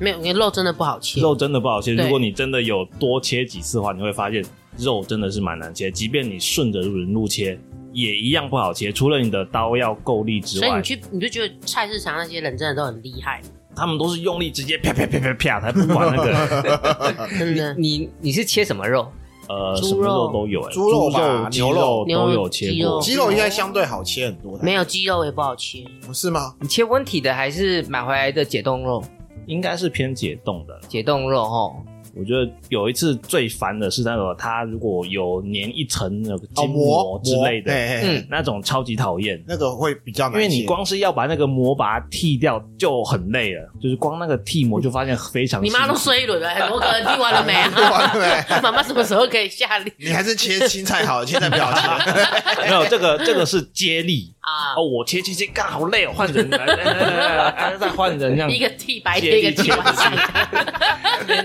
[SPEAKER 3] 没有，你肉真的不好切。
[SPEAKER 1] 肉真的不好切。
[SPEAKER 3] 对
[SPEAKER 1] 如果你真的有多切几次的话，你会发现肉真的是蛮难切。即便你顺着纹路切，也一样不好切。除了你的刀要够力之
[SPEAKER 3] 所以
[SPEAKER 1] 外
[SPEAKER 3] 你，去，你就觉得菜市场那些人真的都很厉害，
[SPEAKER 1] 他们都是用力直接啪啪啪啪啪，才不管那 个
[SPEAKER 4] 啊
[SPEAKER 3] 真的。
[SPEAKER 5] 你你是切什么肉？
[SPEAKER 1] 呃什
[SPEAKER 3] 猪肉
[SPEAKER 1] 么肉都有、欸，
[SPEAKER 2] 猪肉吧
[SPEAKER 1] 鸡
[SPEAKER 2] 牛肉
[SPEAKER 1] 都有切
[SPEAKER 3] 牛肉
[SPEAKER 1] 过
[SPEAKER 3] 鸡。
[SPEAKER 2] 鸡肉应该相对好切很多的，
[SPEAKER 3] 没有鸡肉也不好切，
[SPEAKER 2] 不是吗？
[SPEAKER 5] 你切温体的还是买回来的解冻肉？
[SPEAKER 1] 应该是偏解冻的啦。
[SPEAKER 5] 解冻肉哦，
[SPEAKER 1] 我觉得有一次最烦的是那种它如果有粘一层那个
[SPEAKER 2] 哦
[SPEAKER 1] 筋
[SPEAKER 2] 膜
[SPEAKER 1] 膜之类的，
[SPEAKER 2] 哎哎，
[SPEAKER 5] 嗯，
[SPEAKER 1] 那种超级讨厌。
[SPEAKER 2] 那个会比较难
[SPEAKER 1] 因
[SPEAKER 2] 切，
[SPEAKER 1] 为你光是要把那个膜把它剃掉就很累了，就是光那个剃膜就发现非常
[SPEAKER 3] 你妈都
[SPEAKER 1] 辛苦
[SPEAKER 3] 睡一轮了，哎很多个听完了没
[SPEAKER 2] 对 吧
[SPEAKER 3] 啊？
[SPEAKER 2] 对不对
[SPEAKER 3] 妈妈什么时候可以下令
[SPEAKER 2] 你还是切青菜好了，青菜比较好切。
[SPEAKER 1] 没有这个这个是接力
[SPEAKER 3] 啊
[SPEAKER 1] 哦，？我切切切，干好累哦，换人来来来来来来，再换人这样
[SPEAKER 3] 一个剃白天，一个剃晚上。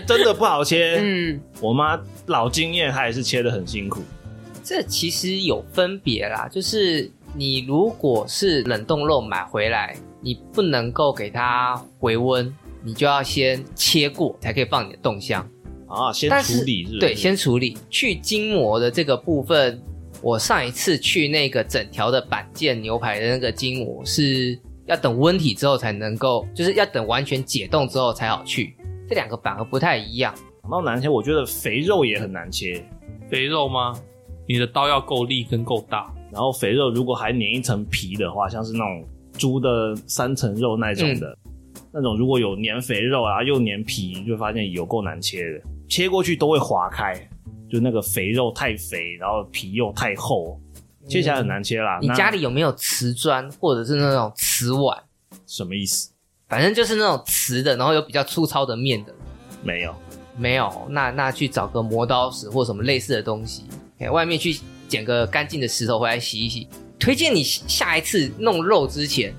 [SPEAKER 1] 真的不好切。
[SPEAKER 3] 嗯，
[SPEAKER 1] 我妈老经验，她也是切的很辛苦。
[SPEAKER 5] 这其实有分别啦，就是你如果是冷冻肉买回来，你不能够给它回温，你就要先切过才可以放你的冻箱。
[SPEAKER 1] 啊，先
[SPEAKER 5] 但
[SPEAKER 1] 处理是不是？
[SPEAKER 5] 对，先处理去筋膜的这个部分。我上一次去那个整条的板腱牛排的那个筋膜是要等温体之后才能够，就是要等完全解冻之后才好去。这两个反而不太一样。
[SPEAKER 1] 讲到难切，我觉得肥肉也很难切。
[SPEAKER 4] 肥肉吗？你的刀要够力跟够大，
[SPEAKER 1] 然后肥肉如果还粘一层皮的话，像是那种猪的三层肉那种的，
[SPEAKER 5] 嗯
[SPEAKER 1] 那种如果有粘肥肉啊又粘皮，你就会发现有够难切的，切过去都会划开，就那个肥肉太肥，然后皮又太厚，切起来很难切啦。
[SPEAKER 5] 嗯你
[SPEAKER 1] 那
[SPEAKER 5] 家里有没有瓷砖或者是那种瓷碗？
[SPEAKER 1] 什么意思？
[SPEAKER 5] 反正就是那种瓷的，然后有比较粗糙的面的。
[SPEAKER 1] 没有，
[SPEAKER 5] 没有，那那去找个磨刀石或什么类似的东西，哎，外面去捡个干净的石头回来洗一洗。推荐你下一次弄肉之前，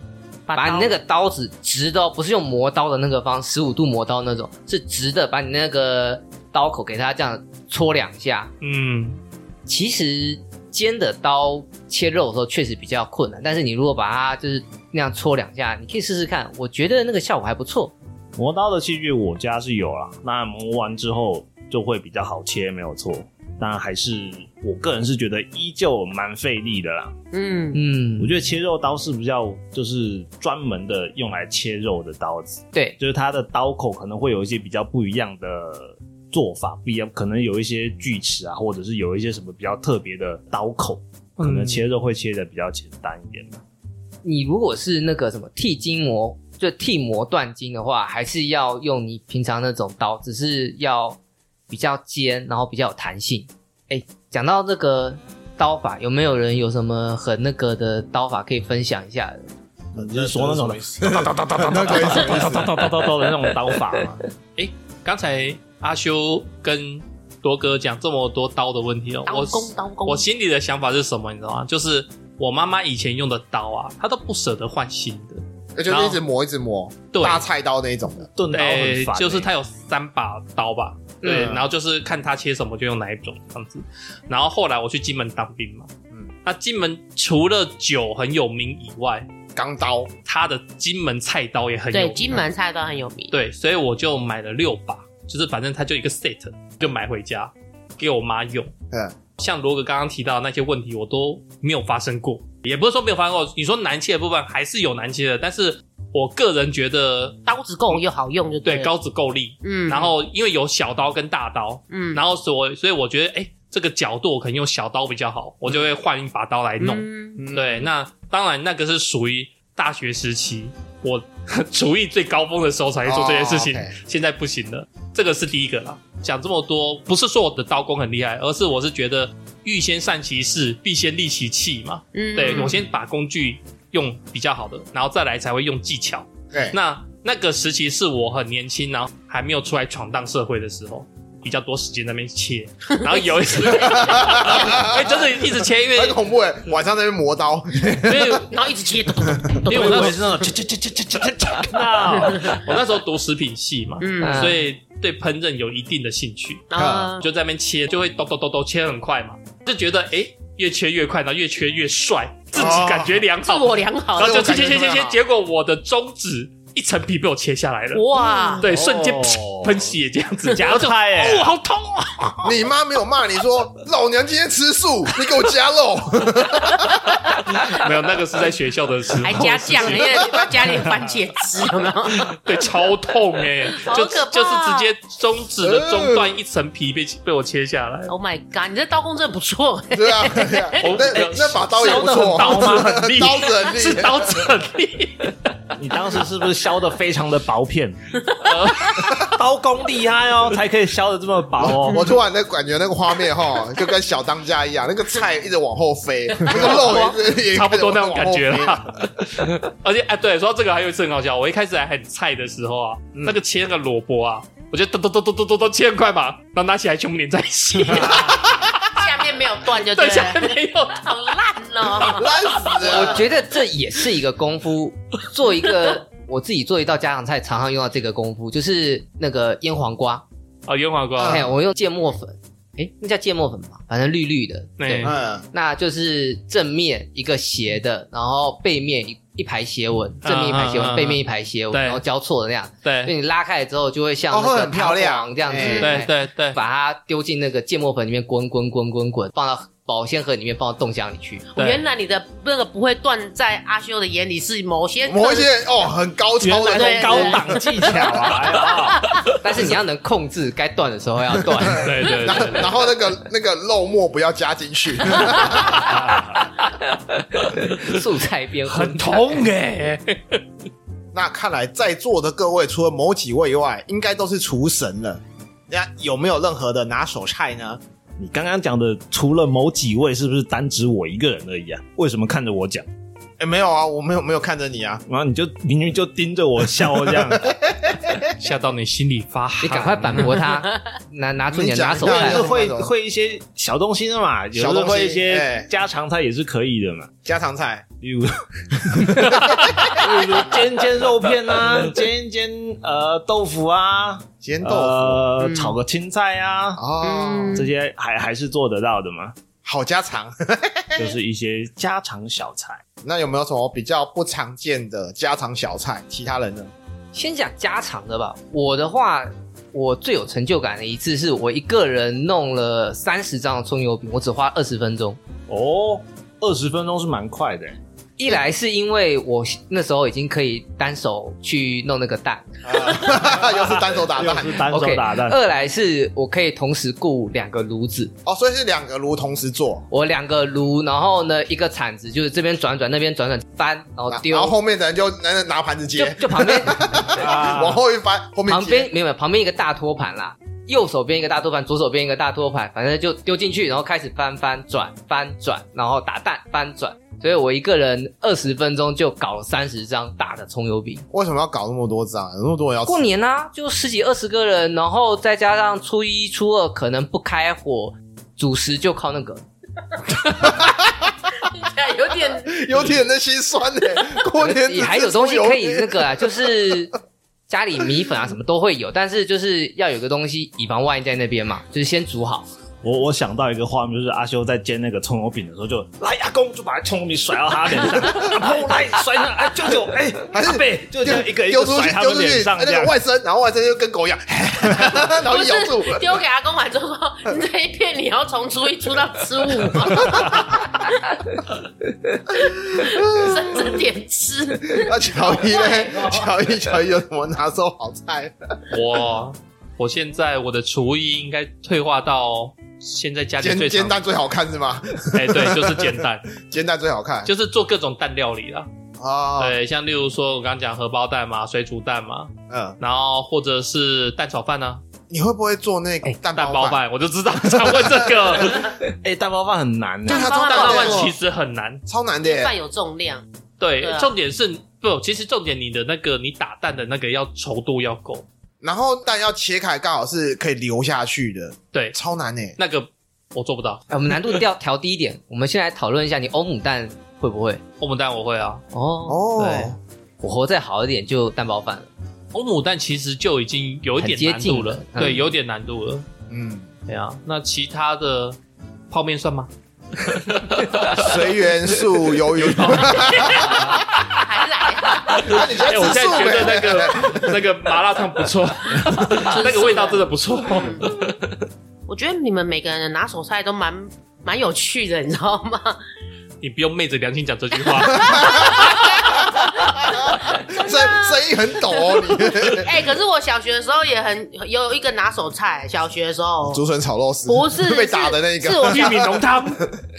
[SPEAKER 5] 把你那个刀子直的哦，不是用磨刀的那个方，十五度磨刀那种，是直的，把你那个刀口给它这样戳两下。
[SPEAKER 4] 嗯，
[SPEAKER 5] 其实尖的刀切肉的时候确实比较困难，但是你如果把它就是那样戳两下，你可以试试看，我觉得那个效果还不错。
[SPEAKER 1] 磨刀的器具我家是有啦，那磨完之后就会比较好切，没有错。但还是我个人是觉得依旧蛮费力的啦。
[SPEAKER 3] 嗯，
[SPEAKER 5] 嗯
[SPEAKER 1] 我，觉得切肉刀是比较就是专门的用来切肉的刀子，
[SPEAKER 5] 对，
[SPEAKER 1] 就是它的刀口可能会有一些比较不一样的做法，不一样，可能有一些锯齿啊，或者是有一些什么比较特别的刀口，可能切肉会切的比较简单一点吧。
[SPEAKER 5] 你如果是那个什么剃筋膜，就剃膜断筋的话，还是要用你平常那种刀，只是要比较尖，然后比较有弹性。哎，讲到这个刀法，有没有人有什么很那个的刀法可以分享一下的？
[SPEAKER 1] 你是 说那种
[SPEAKER 2] 哒哒哒哒哒
[SPEAKER 1] 刀
[SPEAKER 2] 哒
[SPEAKER 1] 刀刀
[SPEAKER 2] 哒，
[SPEAKER 1] 刀刀刀的那种刀法吗？
[SPEAKER 4] 刚才阿修跟多哥讲这么多刀的问题哦，
[SPEAKER 3] 刀
[SPEAKER 4] 我
[SPEAKER 3] 工刀工
[SPEAKER 4] 我，心里的想法是什么，你知道吗？就是我妈妈以前用的刀啊，她都不舍得换新的。
[SPEAKER 2] 那就是一直磨一直磨，
[SPEAKER 4] 对，
[SPEAKER 2] 大菜刀那一种的。
[SPEAKER 1] 钝刀很
[SPEAKER 4] 对
[SPEAKER 1] 烦欸、，
[SPEAKER 4] 就是她有三把刀吧，对，
[SPEAKER 2] 嗯
[SPEAKER 4] 然后就是看她切什么就用哪一种这样子。然后后来我去金门当兵嘛，
[SPEAKER 2] 嗯
[SPEAKER 4] 那金门除了酒很有名以外，
[SPEAKER 2] 钢刀，
[SPEAKER 4] 它的金门菜刀也很有
[SPEAKER 3] 对，
[SPEAKER 4] 名。啊
[SPEAKER 3] 金门菜刀很有名。
[SPEAKER 4] 对，所以我就买了六把，就是反正它就一个 set，就买回家给我妈用。
[SPEAKER 2] 嗯，
[SPEAKER 4] 像罗哥刚刚提到的那些问题，我都没有发生过，也不是说没有发生过。你说难切的部分还是有难切的，但是我个人觉得，
[SPEAKER 3] 刀子够又好用就
[SPEAKER 4] 对
[SPEAKER 3] 了
[SPEAKER 4] 刀子够力，
[SPEAKER 3] 嗯，
[SPEAKER 4] 然后因为有小刀跟大刀，
[SPEAKER 3] 嗯，
[SPEAKER 4] 然后所以所以我觉得，哎，这个角度我可能用小刀比较好，我就会换一把刀来弄。
[SPEAKER 3] 嗯
[SPEAKER 2] 嗯，
[SPEAKER 4] 对，那当然那个是属于大学时期，我 厨艺最高峰的时候才会做这件事情，
[SPEAKER 2] 哦，OK
[SPEAKER 4] 现在不行了。这个是第一个啦。讲这么多，不是说我的刀工很厉害，而是我是觉得欲先善其事，必先利其器嘛。
[SPEAKER 3] 嗯
[SPEAKER 4] 对我先把工具用比较好的，然后再来才会用技巧。
[SPEAKER 2] 嗯对，
[SPEAKER 4] 那那个时期是我很年轻，然后还没有出来闯荡社会的时候。比较多时间在那边切，然后有一次， 哎、真的一直切，因 为
[SPEAKER 2] 很恐怖哎，晚上在那边磨刀，
[SPEAKER 4] 因为
[SPEAKER 3] 然后一直 切，
[SPEAKER 4] 因为
[SPEAKER 1] 我以
[SPEAKER 4] 我那时候
[SPEAKER 1] 为是那种切切切切切切切切，那
[SPEAKER 4] 我那时候读食品系嘛，
[SPEAKER 3] 嗯
[SPEAKER 5] 嗯
[SPEAKER 4] 嗯所以对烹饪有一定的兴趣，
[SPEAKER 3] 啊，
[SPEAKER 4] 就在那边切，就会抖抖抖抖切很快嘛，就觉得哎、诶越切越快，然后越切越帅，自己感觉良
[SPEAKER 3] 自
[SPEAKER 4] 好，
[SPEAKER 3] 我良好
[SPEAKER 4] 然后就切
[SPEAKER 2] 自我
[SPEAKER 4] 切
[SPEAKER 2] 感
[SPEAKER 4] 切
[SPEAKER 2] 觉
[SPEAKER 4] 切
[SPEAKER 2] 良
[SPEAKER 4] 切，
[SPEAKER 2] 好
[SPEAKER 4] 结果我的中指一层皮被我切下来了，
[SPEAKER 3] 哇，
[SPEAKER 4] 对，瞬间
[SPEAKER 1] 哦
[SPEAKER 4] 噗喷血这样子， 然后就
[SPEAKER 1] 菜哎
[SPEAKER 4] 哦好痛啊！
[SPEAKER 2] 你妈没有骂你说老娘今天吃素，你给我加肉，
[SPEAKER 4] 没有，那个是在学校的时候，
[SPEAKER 3] 还加酱，人家加点番茄汁，有没有？
[SPEAKER 4] 对，超痛哎、
[SPEAKER 3] 好
[SPEAKER 4] 就
[SPEAKER 3] 可怕啊
[SPEAKER 4] 就是直接中指的中段一层皮被被我切下来。
[SPEAKER 3] Oh my god！你这刀工真的不错 哎、
[SPEAKER 2] 对啊，对啊
[SPEAKER 4] 我
[SPEAKER 2] 那那把刀也不错，
[SPEAKER 4] 刀子 很刀吗很厉害
[SPEAKER 2] 刀子很
[SPEAKER 4] 是
[SPEAKER 2] 厉害，
[SPEAKER 4] 刀子很厉害
[SPEAKER 1] 你当时是不是削的非常的薄片？刀工厉害哦，才可以削的这么薄哦。
[SPEAKER 2] 我突然那感觉那个画面哈，就跟小当家一样，那个菜一直往后飞，那个肉也是也
[SPEAKER 4] 差不多那种感觉
[SPEAKER 2] 了。
[SPEAKER 4] 啦。而且哎，对，说到这个还有一次很好笑，我一开始还很菜的时候啊，那个切那个萝卜啊，我就咚咚咚咚咚咚咚切很快嘛，然后拿起来全部连在一起，
[SPEAKER 3] 下面没有断就对
[SPEAKER 4] 对，下面
[SPEAKER 3] 了，
[SPEAKER 4] 没有。
[SPEAKER 3] 好烂 哦。
[SPEAKER 2] 烂死
[SPEAKER 5] 我
[SPEAKER 2] 了！
[SPEAKER 5] 觉得这也是一个功夫，做一个我自己做一道家常菜，常常用到这个功夫，就是那个腌黄瓜。
[SPEAKER 4] 哦，冤枉瓜，
[SPEAKER 5] 哎、我用芥末粉，哎，那叫芥末粉吧，反正绿绿的。对，
[SPEAKER 4] 哎
[SPEAKER 2] 嗯，
[SPEAKER 5] 那就是正面一个斜的，然后背面一一排斜纹，正面一排斜
[SPEAKER 4] 嗯嗯嗯
[SPEAKER 5] 纹，
[SPEAKER 4] 嗯
[SPEAKER 5] 背面一排斜纹，
[SPEAKER 4] 对
[SPEAKER 5] 然后交错的那样。所以
[SPEAKER 4] 对
[SPEAKER 5] 你拉开了之后，就会像
[SPEAKER 2] 哦
[SPEAKER 5] 那
[SPEAKER 2] 会
[SPEAKER 5] 个
[SPEAKER 2] 很漂亮
[SPEAKER 5] 弹簧这样子。
[SPEAKER 2] 哎
[SPEAKER 4] 对对对，
[SPEAKER 5] 把它丢进那个芥末粉里面滚滚滚滚滚，放到保鲜盒里面，放到冻箱里去。
[SPEAKER 4] 对
[SPEAKER 3] 原来你的那个不会断，在阿修的眼里是某些
[SPEAKER 2] 某一些哦很高超的
[SPEAKER 1] 原来
[SPEAKER 2] 东西
[SPEAKER 1] 是高档技巧 啊！哎呀
[SPEAKER 5] 但是你要能控制，该断的时候要断。
[SPEAKER 4] 对对
[SPEAKER 2] 然后
[SPEAKER 4] 对，
[SPEAKER 2] 然后那个那个肉末不要加进去，
[SPEAKER 5] 素菜边
[SPEAKER 4] 很痛哎，
[SPEAKER 2] 那看来在座的各位，除了某几位以外，应该都是厨神了。那有没有任何的拿手菜呢？
[SPEAKER 1] 你刚刚讲的，除了某几位，是不是单指我一个人而已啊？为什么看着我讲？
[SPEAKER 2] 哎，没有啊，我没有没有看着你啊。
[SPEAKER 1] 然后你就明明就盯着我笑这 样，
[SPEAKER 4] 吓到你心里发寒。
[SPEAKER 5] 你赶快反驳 他，拿拿出你的拿手
[SPEAKER 2] 你
[SPEAKER 1] 但是
[SPEAKER 2] 讲
[SPEAKER 5] 菜
[SPEAKER 2] 讲。
[SPEAKER 1] 会会一些小东西的嘛，有
[SPEAKER 2] 啊小
[SPEAKER 1] 时
[SPEAKER 2] 东
[SPEAKER 1] 候
[SPEAKER 2] 西
[SPEAKER 1] 会一
[SPEAKER 2] 哎
[SPEAKER 1] 些家常菜也是可以的嘛，
[SPEAKER 2] 家常菜，
[SPEAKER 1] 例 如例如煎煎肉片 啊，煎一煎呃豆腐啊，
[SPEAKER 2] 煎嗯豆腐
[SPEAKER 1] 呃
[SPEAKER 3] 嗯
[SPEAKER 1] 炒个青菜啊，
[SPEAKER 2] 哦，
[SPEAKER 1] 这些还还是做得到的嘛，
[SPEAKER 2] 好家常。 哎
[SPEAKER 1] 就是一些家常小菜。
[SPEAKER 2] 那有没有什么比较不常见的家常小菜？其他人呢？
[SPEAKER 5] 先讲家常的吧。我的话，我最有成就感的一次是我一个人弄了三十张的葱油饼，我只花二十分钟。
[SPEAKER 1] 哦，二十分钟是蛮快的欸，
[SPEAKER 5] 一来是因为我那时候已经可以单手去弄那个蛋
[SPEAKER 2] 啊 又是单手打
[SPEAKER 1] 呃又
[SPEAKER 2] 蛋
[SPEAKER 1] 是单手
[SPEAKER 5] ，OK。
[SPEAKER 1] 打蛋。
[SPEAKER 5] 二来是我可以同时雇两个炉子，
[SPEAKER 2] 哦，所以是两个炉同时做，
[SPEAKER 5] 我两个炉，然后呢一个铲子就是这边转转，那边转转翻，然
[SPEAKER 1] 哦
[SPEAKER 5] 后
[SPEAKER 2] 啊然
[SPEAKER 5] 丢，
[SPEAKER 2] 后后面的人就拿拿盘子
[SPEAKER 5] 就
[SPEAKER 2] 接，
[SPEAKER 5] 就 旁边
[SPEAKER 1] 啊
[SPEAKER 2] 往后一翻，后面
[SPEAKER 5] 旁
[SPEAKER 2] 接
[SPEAKER 5] 边没有没有，旁边一个大托盘啦，右手边一个大托盘，左手边一个大托盘，反正就丢进去，然后开始翻翻转翻转，然后打蛋翻转。所以我一个人二十分钟就搞了三十张大的葱油饼。
[SPEAKER 2] 为什么要搞那么多张？有那么多人要吃
[SPEAKER 5] 过年啊，就十几二十个人，然后再加上初一初二可能不开火，主食就靠那个。
[SPEAKER 3] 有点
[SPEAKER 2] 有点的心酸 呢、过年只吃
[SPEAKER 5] 你还有东西可以
[SPEAKER 2] 葱油
[SPEAKER 5] 那
[SPEAKER 2] 饼
[SPEAKER 5] 个啊，就是家里米粉啊什么都会有，但是就是要有个东西以防万一在那边嘛，就是先煮好。
[SPEAKER 1] 我我想到一个画面，就是阿修在煎那个葱油饼的时候就，来阿公就把葱油饼甩到他脸上，阿婆来甩上，哎舅舅哎，
[SPEAKER 2] 还是
[SPEAKER 1] 阿贝就这样一个一
[SPEAKER 2] 丢
[SPEAKER 1] 个
[SPEAKER 2] 出
[SPEAKER 1] 甩
[SPEAKER 2] 去，
[SPEAKER 1] 他
[SPEAKER 2] 丢
[SPEAKER 1] 们
[SPEAKER 2] 出
[SPEAKER 1] 脸
[SPEAKER 2] 去，
[SPEAKER 1] 上
[SPEAKER 2] 哎
[SPEAKER 1] 这
[SPEAKER 2] 那
[SPEAKER 1] 样
[SPEAKER 2] 个。外甥，然后外甥就跟狗一样， 然后
[SPEAKER 3] 不
[SPEAKER 2] 咬住。
[SPEAKER 3] 是丢给阿公完之后说，你这一片你要从初一出到初五吗， 省着点吃。
[SPEAKER 2] 那乔伊呢？乔伊，乔伊有什么拿手好菜？
[SPEAKER 4] 我我现在我的厨艺应该退化到现在家里
[SPEAKER 2] 煎
[SPEAKER 4] 最
[SPEAKER 2] 煎
[SPEAKER 4] 常
[SPEAKER 2] 蛋最好看是吗？
[SPEAKER 4] 哎，对，就是煎蛋，
[SPEAKER 2] 煎蛋最好看
[SPEAKER 4] 就是做各种蛋料理啦。
[SPEAKER 2] 啊，
[SPEAKER 4] 对，像例如说我刚刚讲荷包蛋嘛，水煮蛋嘛，
[SPEAKER 2] 嗯，
[SPEAKER 4] 然后或者是蛋炒饭呢、
[SPEAKER 2] 你会不会做那个蛋
[SPEAKER 4] 啊，蛋包
[SPEAKER 2] 饭？
[SPEAKER 4] 饭，我就知道你想问这 个。
[SPEAKER 1] 哎，蛋包饭很难
[SPEAKER 2] 对
[SPEAKER 1] 的，
[SPEAKER 2] 啊，
[SPEAKER 3] 蛋包
[SPEAKER 2] 做
[SPEAKER 3] 饭
[SPEAKER 4] 蛋包
[SPEAKER 2] 包
[SPEAKER 4] 饭
[SPEAKER 2] 饭
[SPEAKER 4] 其实很难，
[SPEAKER 2] 超难的耶，
[SPEAKER 3] 饭有重量，
[SPEAKER 4] 对，
[SPEAKER 3] 对啊
[SPEAKER 4] 重点是不，其实重点你的那个你打蛋的那个要稠度要够，
[SPEAKER 2] 然后蛋要切开，刚好是可以流下去的，
[SPEAKER 4] 对，
[SPEAKER 2] 超难诶。
[SPEAKER 4] 那个我做不到。
[SPEAKER 5] 哎我们难度调调低一点，我们先来讨论一下你欧姆蛋会不会？
[SPEAKER 4] 欧姆蛋我会啊，
[SPEAKER 5] 哦，
[SPEAKER 2] 哦
[SPEAKER 5] 对，我活再好一点就蛋包饭了。
[SPEAKER 4] 欧姆蛋其实就已经有一点难度了，
[SPEAKER 5] 很接近了
[SPEAKER 4] 对，
[SPEAKER 5] 嗯
[SPEAKER 4] 有点难度了。
[SPEAKER 2] 嗯，
[SPEAKER 4] 对啊，那其他的泡面算吗？
[SPEAKER 2] 随缘素 鱿鱼，
[SPEAKER 3] 还来，
[SPEAKER 2] 那你现在
[SPEAKER 4] 哎、我
[SPEAKER 2] 吃
[SPEAKER 4] 现在
[SPEAKER 2] 素
[SPEAKER 4] 觉得那
[SPEAKER 2] 没？
[SPEAKER 4] 个那个麻辣烫不错，那个味道真的不错。
[SPEAKER 3] 我觉得你们每个人的拿手菜都蛮蛮有趣的，你知道吗？
[SPEAKER 4] 你不用昧着良心讲这句话，
[SPEAKER 2] 声声音很抖哦，你
[SPEAKER 3] 哎、可是我小学的时候也很有一个拿手菜，小学的时候。
[SPEAKER 2] 竹笋炒肉丝
[SPEAKER 3] 不 是
[SPEAKER 2] 被打的那
[SPEAKER 3] 是是我
[SPEAKER 2] 个，
[SPEAKER 4] 玉米浓汤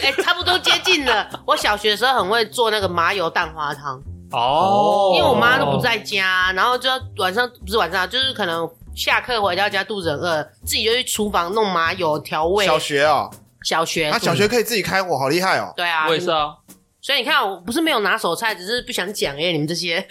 [SPEAKER 3] 哎、差不多接近了。我小学的时候很会做那个麻油蛋花汤，
[SPEAKER 4] 哦，
[SPEAKER 3] 因为我妈都不，在家，然后就要晚上不是晚上，就是可能下课回到家肚子很饿，自己就去厨房弄麻油调 味。
[SPEAKER 2] 小学哦，
[SPEAKER 3] 小学
[SPEAKER 2] 他小学可以自己开火，好厉害 哦！
[SPEAKER 3] 对啊，
[SPEAKER 4] 我也是啊，
[SPEAKER 3] 所以你看，我不是没有拿手菜，只是不想讲哎、你们这些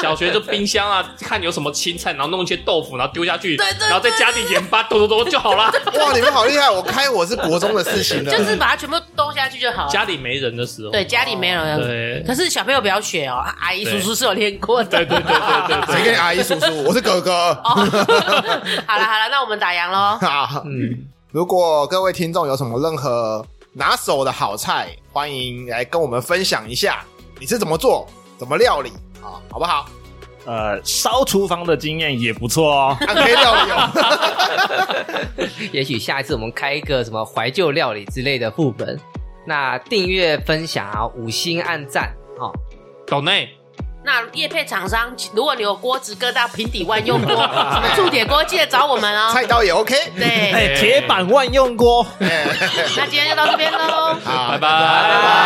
[SPEAKER 4] 小学就冰箱啊，看有什么青菜，然后弄一些豆腐，然后丢下去，
[SPEAKER 3] 对对对
[SPEAKER 4] 然后再加点盐巴，抖抖抖就好 啦。
[SPEAKER 2] 哇，你们好厉害！我开我是国中的事情了，
[SPEAKER 3] 就是把它全部兜下去就好了。
[SPEAKER 4] 家里没人的时候，
[SPEAKER 3] 对，家里没有人。
[SPEAKER 4] 对
[SPEAKER 3] 可是小朋友不要学哦，阿姨
[SPEAKER 4] 对
[SPEAKER 3] 叔叔是有练过的。
[SPEAKER 4] 对对对对对
[SPEAKER 2] 谁
[SPEAKER 4] 对
[SPEAKER 2] 跟你阿姨叔叔？我是哥哥
[SPEAKER 3] 哦， 好了好了，那我们打烊喽。
[SPEAKER 2] 啊！
[SPEAKER 5] 嗯，
[SPEAKER 2] 如果各位听众有什么任何拿手的好菜，欢迎来跟我们分享一下，你是怎么做、怎么料理啊，好不好？
[SPEAKER 1] 呃，烧厨房的经验也不错哦。
[SPEAKER 2] 啊，可以料理哦。
[SPEAKER 5] 也许下一次我们开一个什么怀旧料理之类的副本，那订阅、分享啊，五星按赞哦，
[SPEAKER 4] 岛内
[SPEAKER 3] 那业配厂商，如果你有锅子各大平底万用 锅、什么铸铁锅，记得找我们哦。
[SPEAKER 2] 菜刀也 OK。
[SPEAKER 3] 对，
[SPEAKER 4] 哎
[SPEAKER 1] 哎，铁板万用锅。
[SPEAKER 2] 哎
[SPEAKER 3] 那今天就到这边喽。
[SPEAKER 2] 好，
[SPEAKER 4] 拜拜。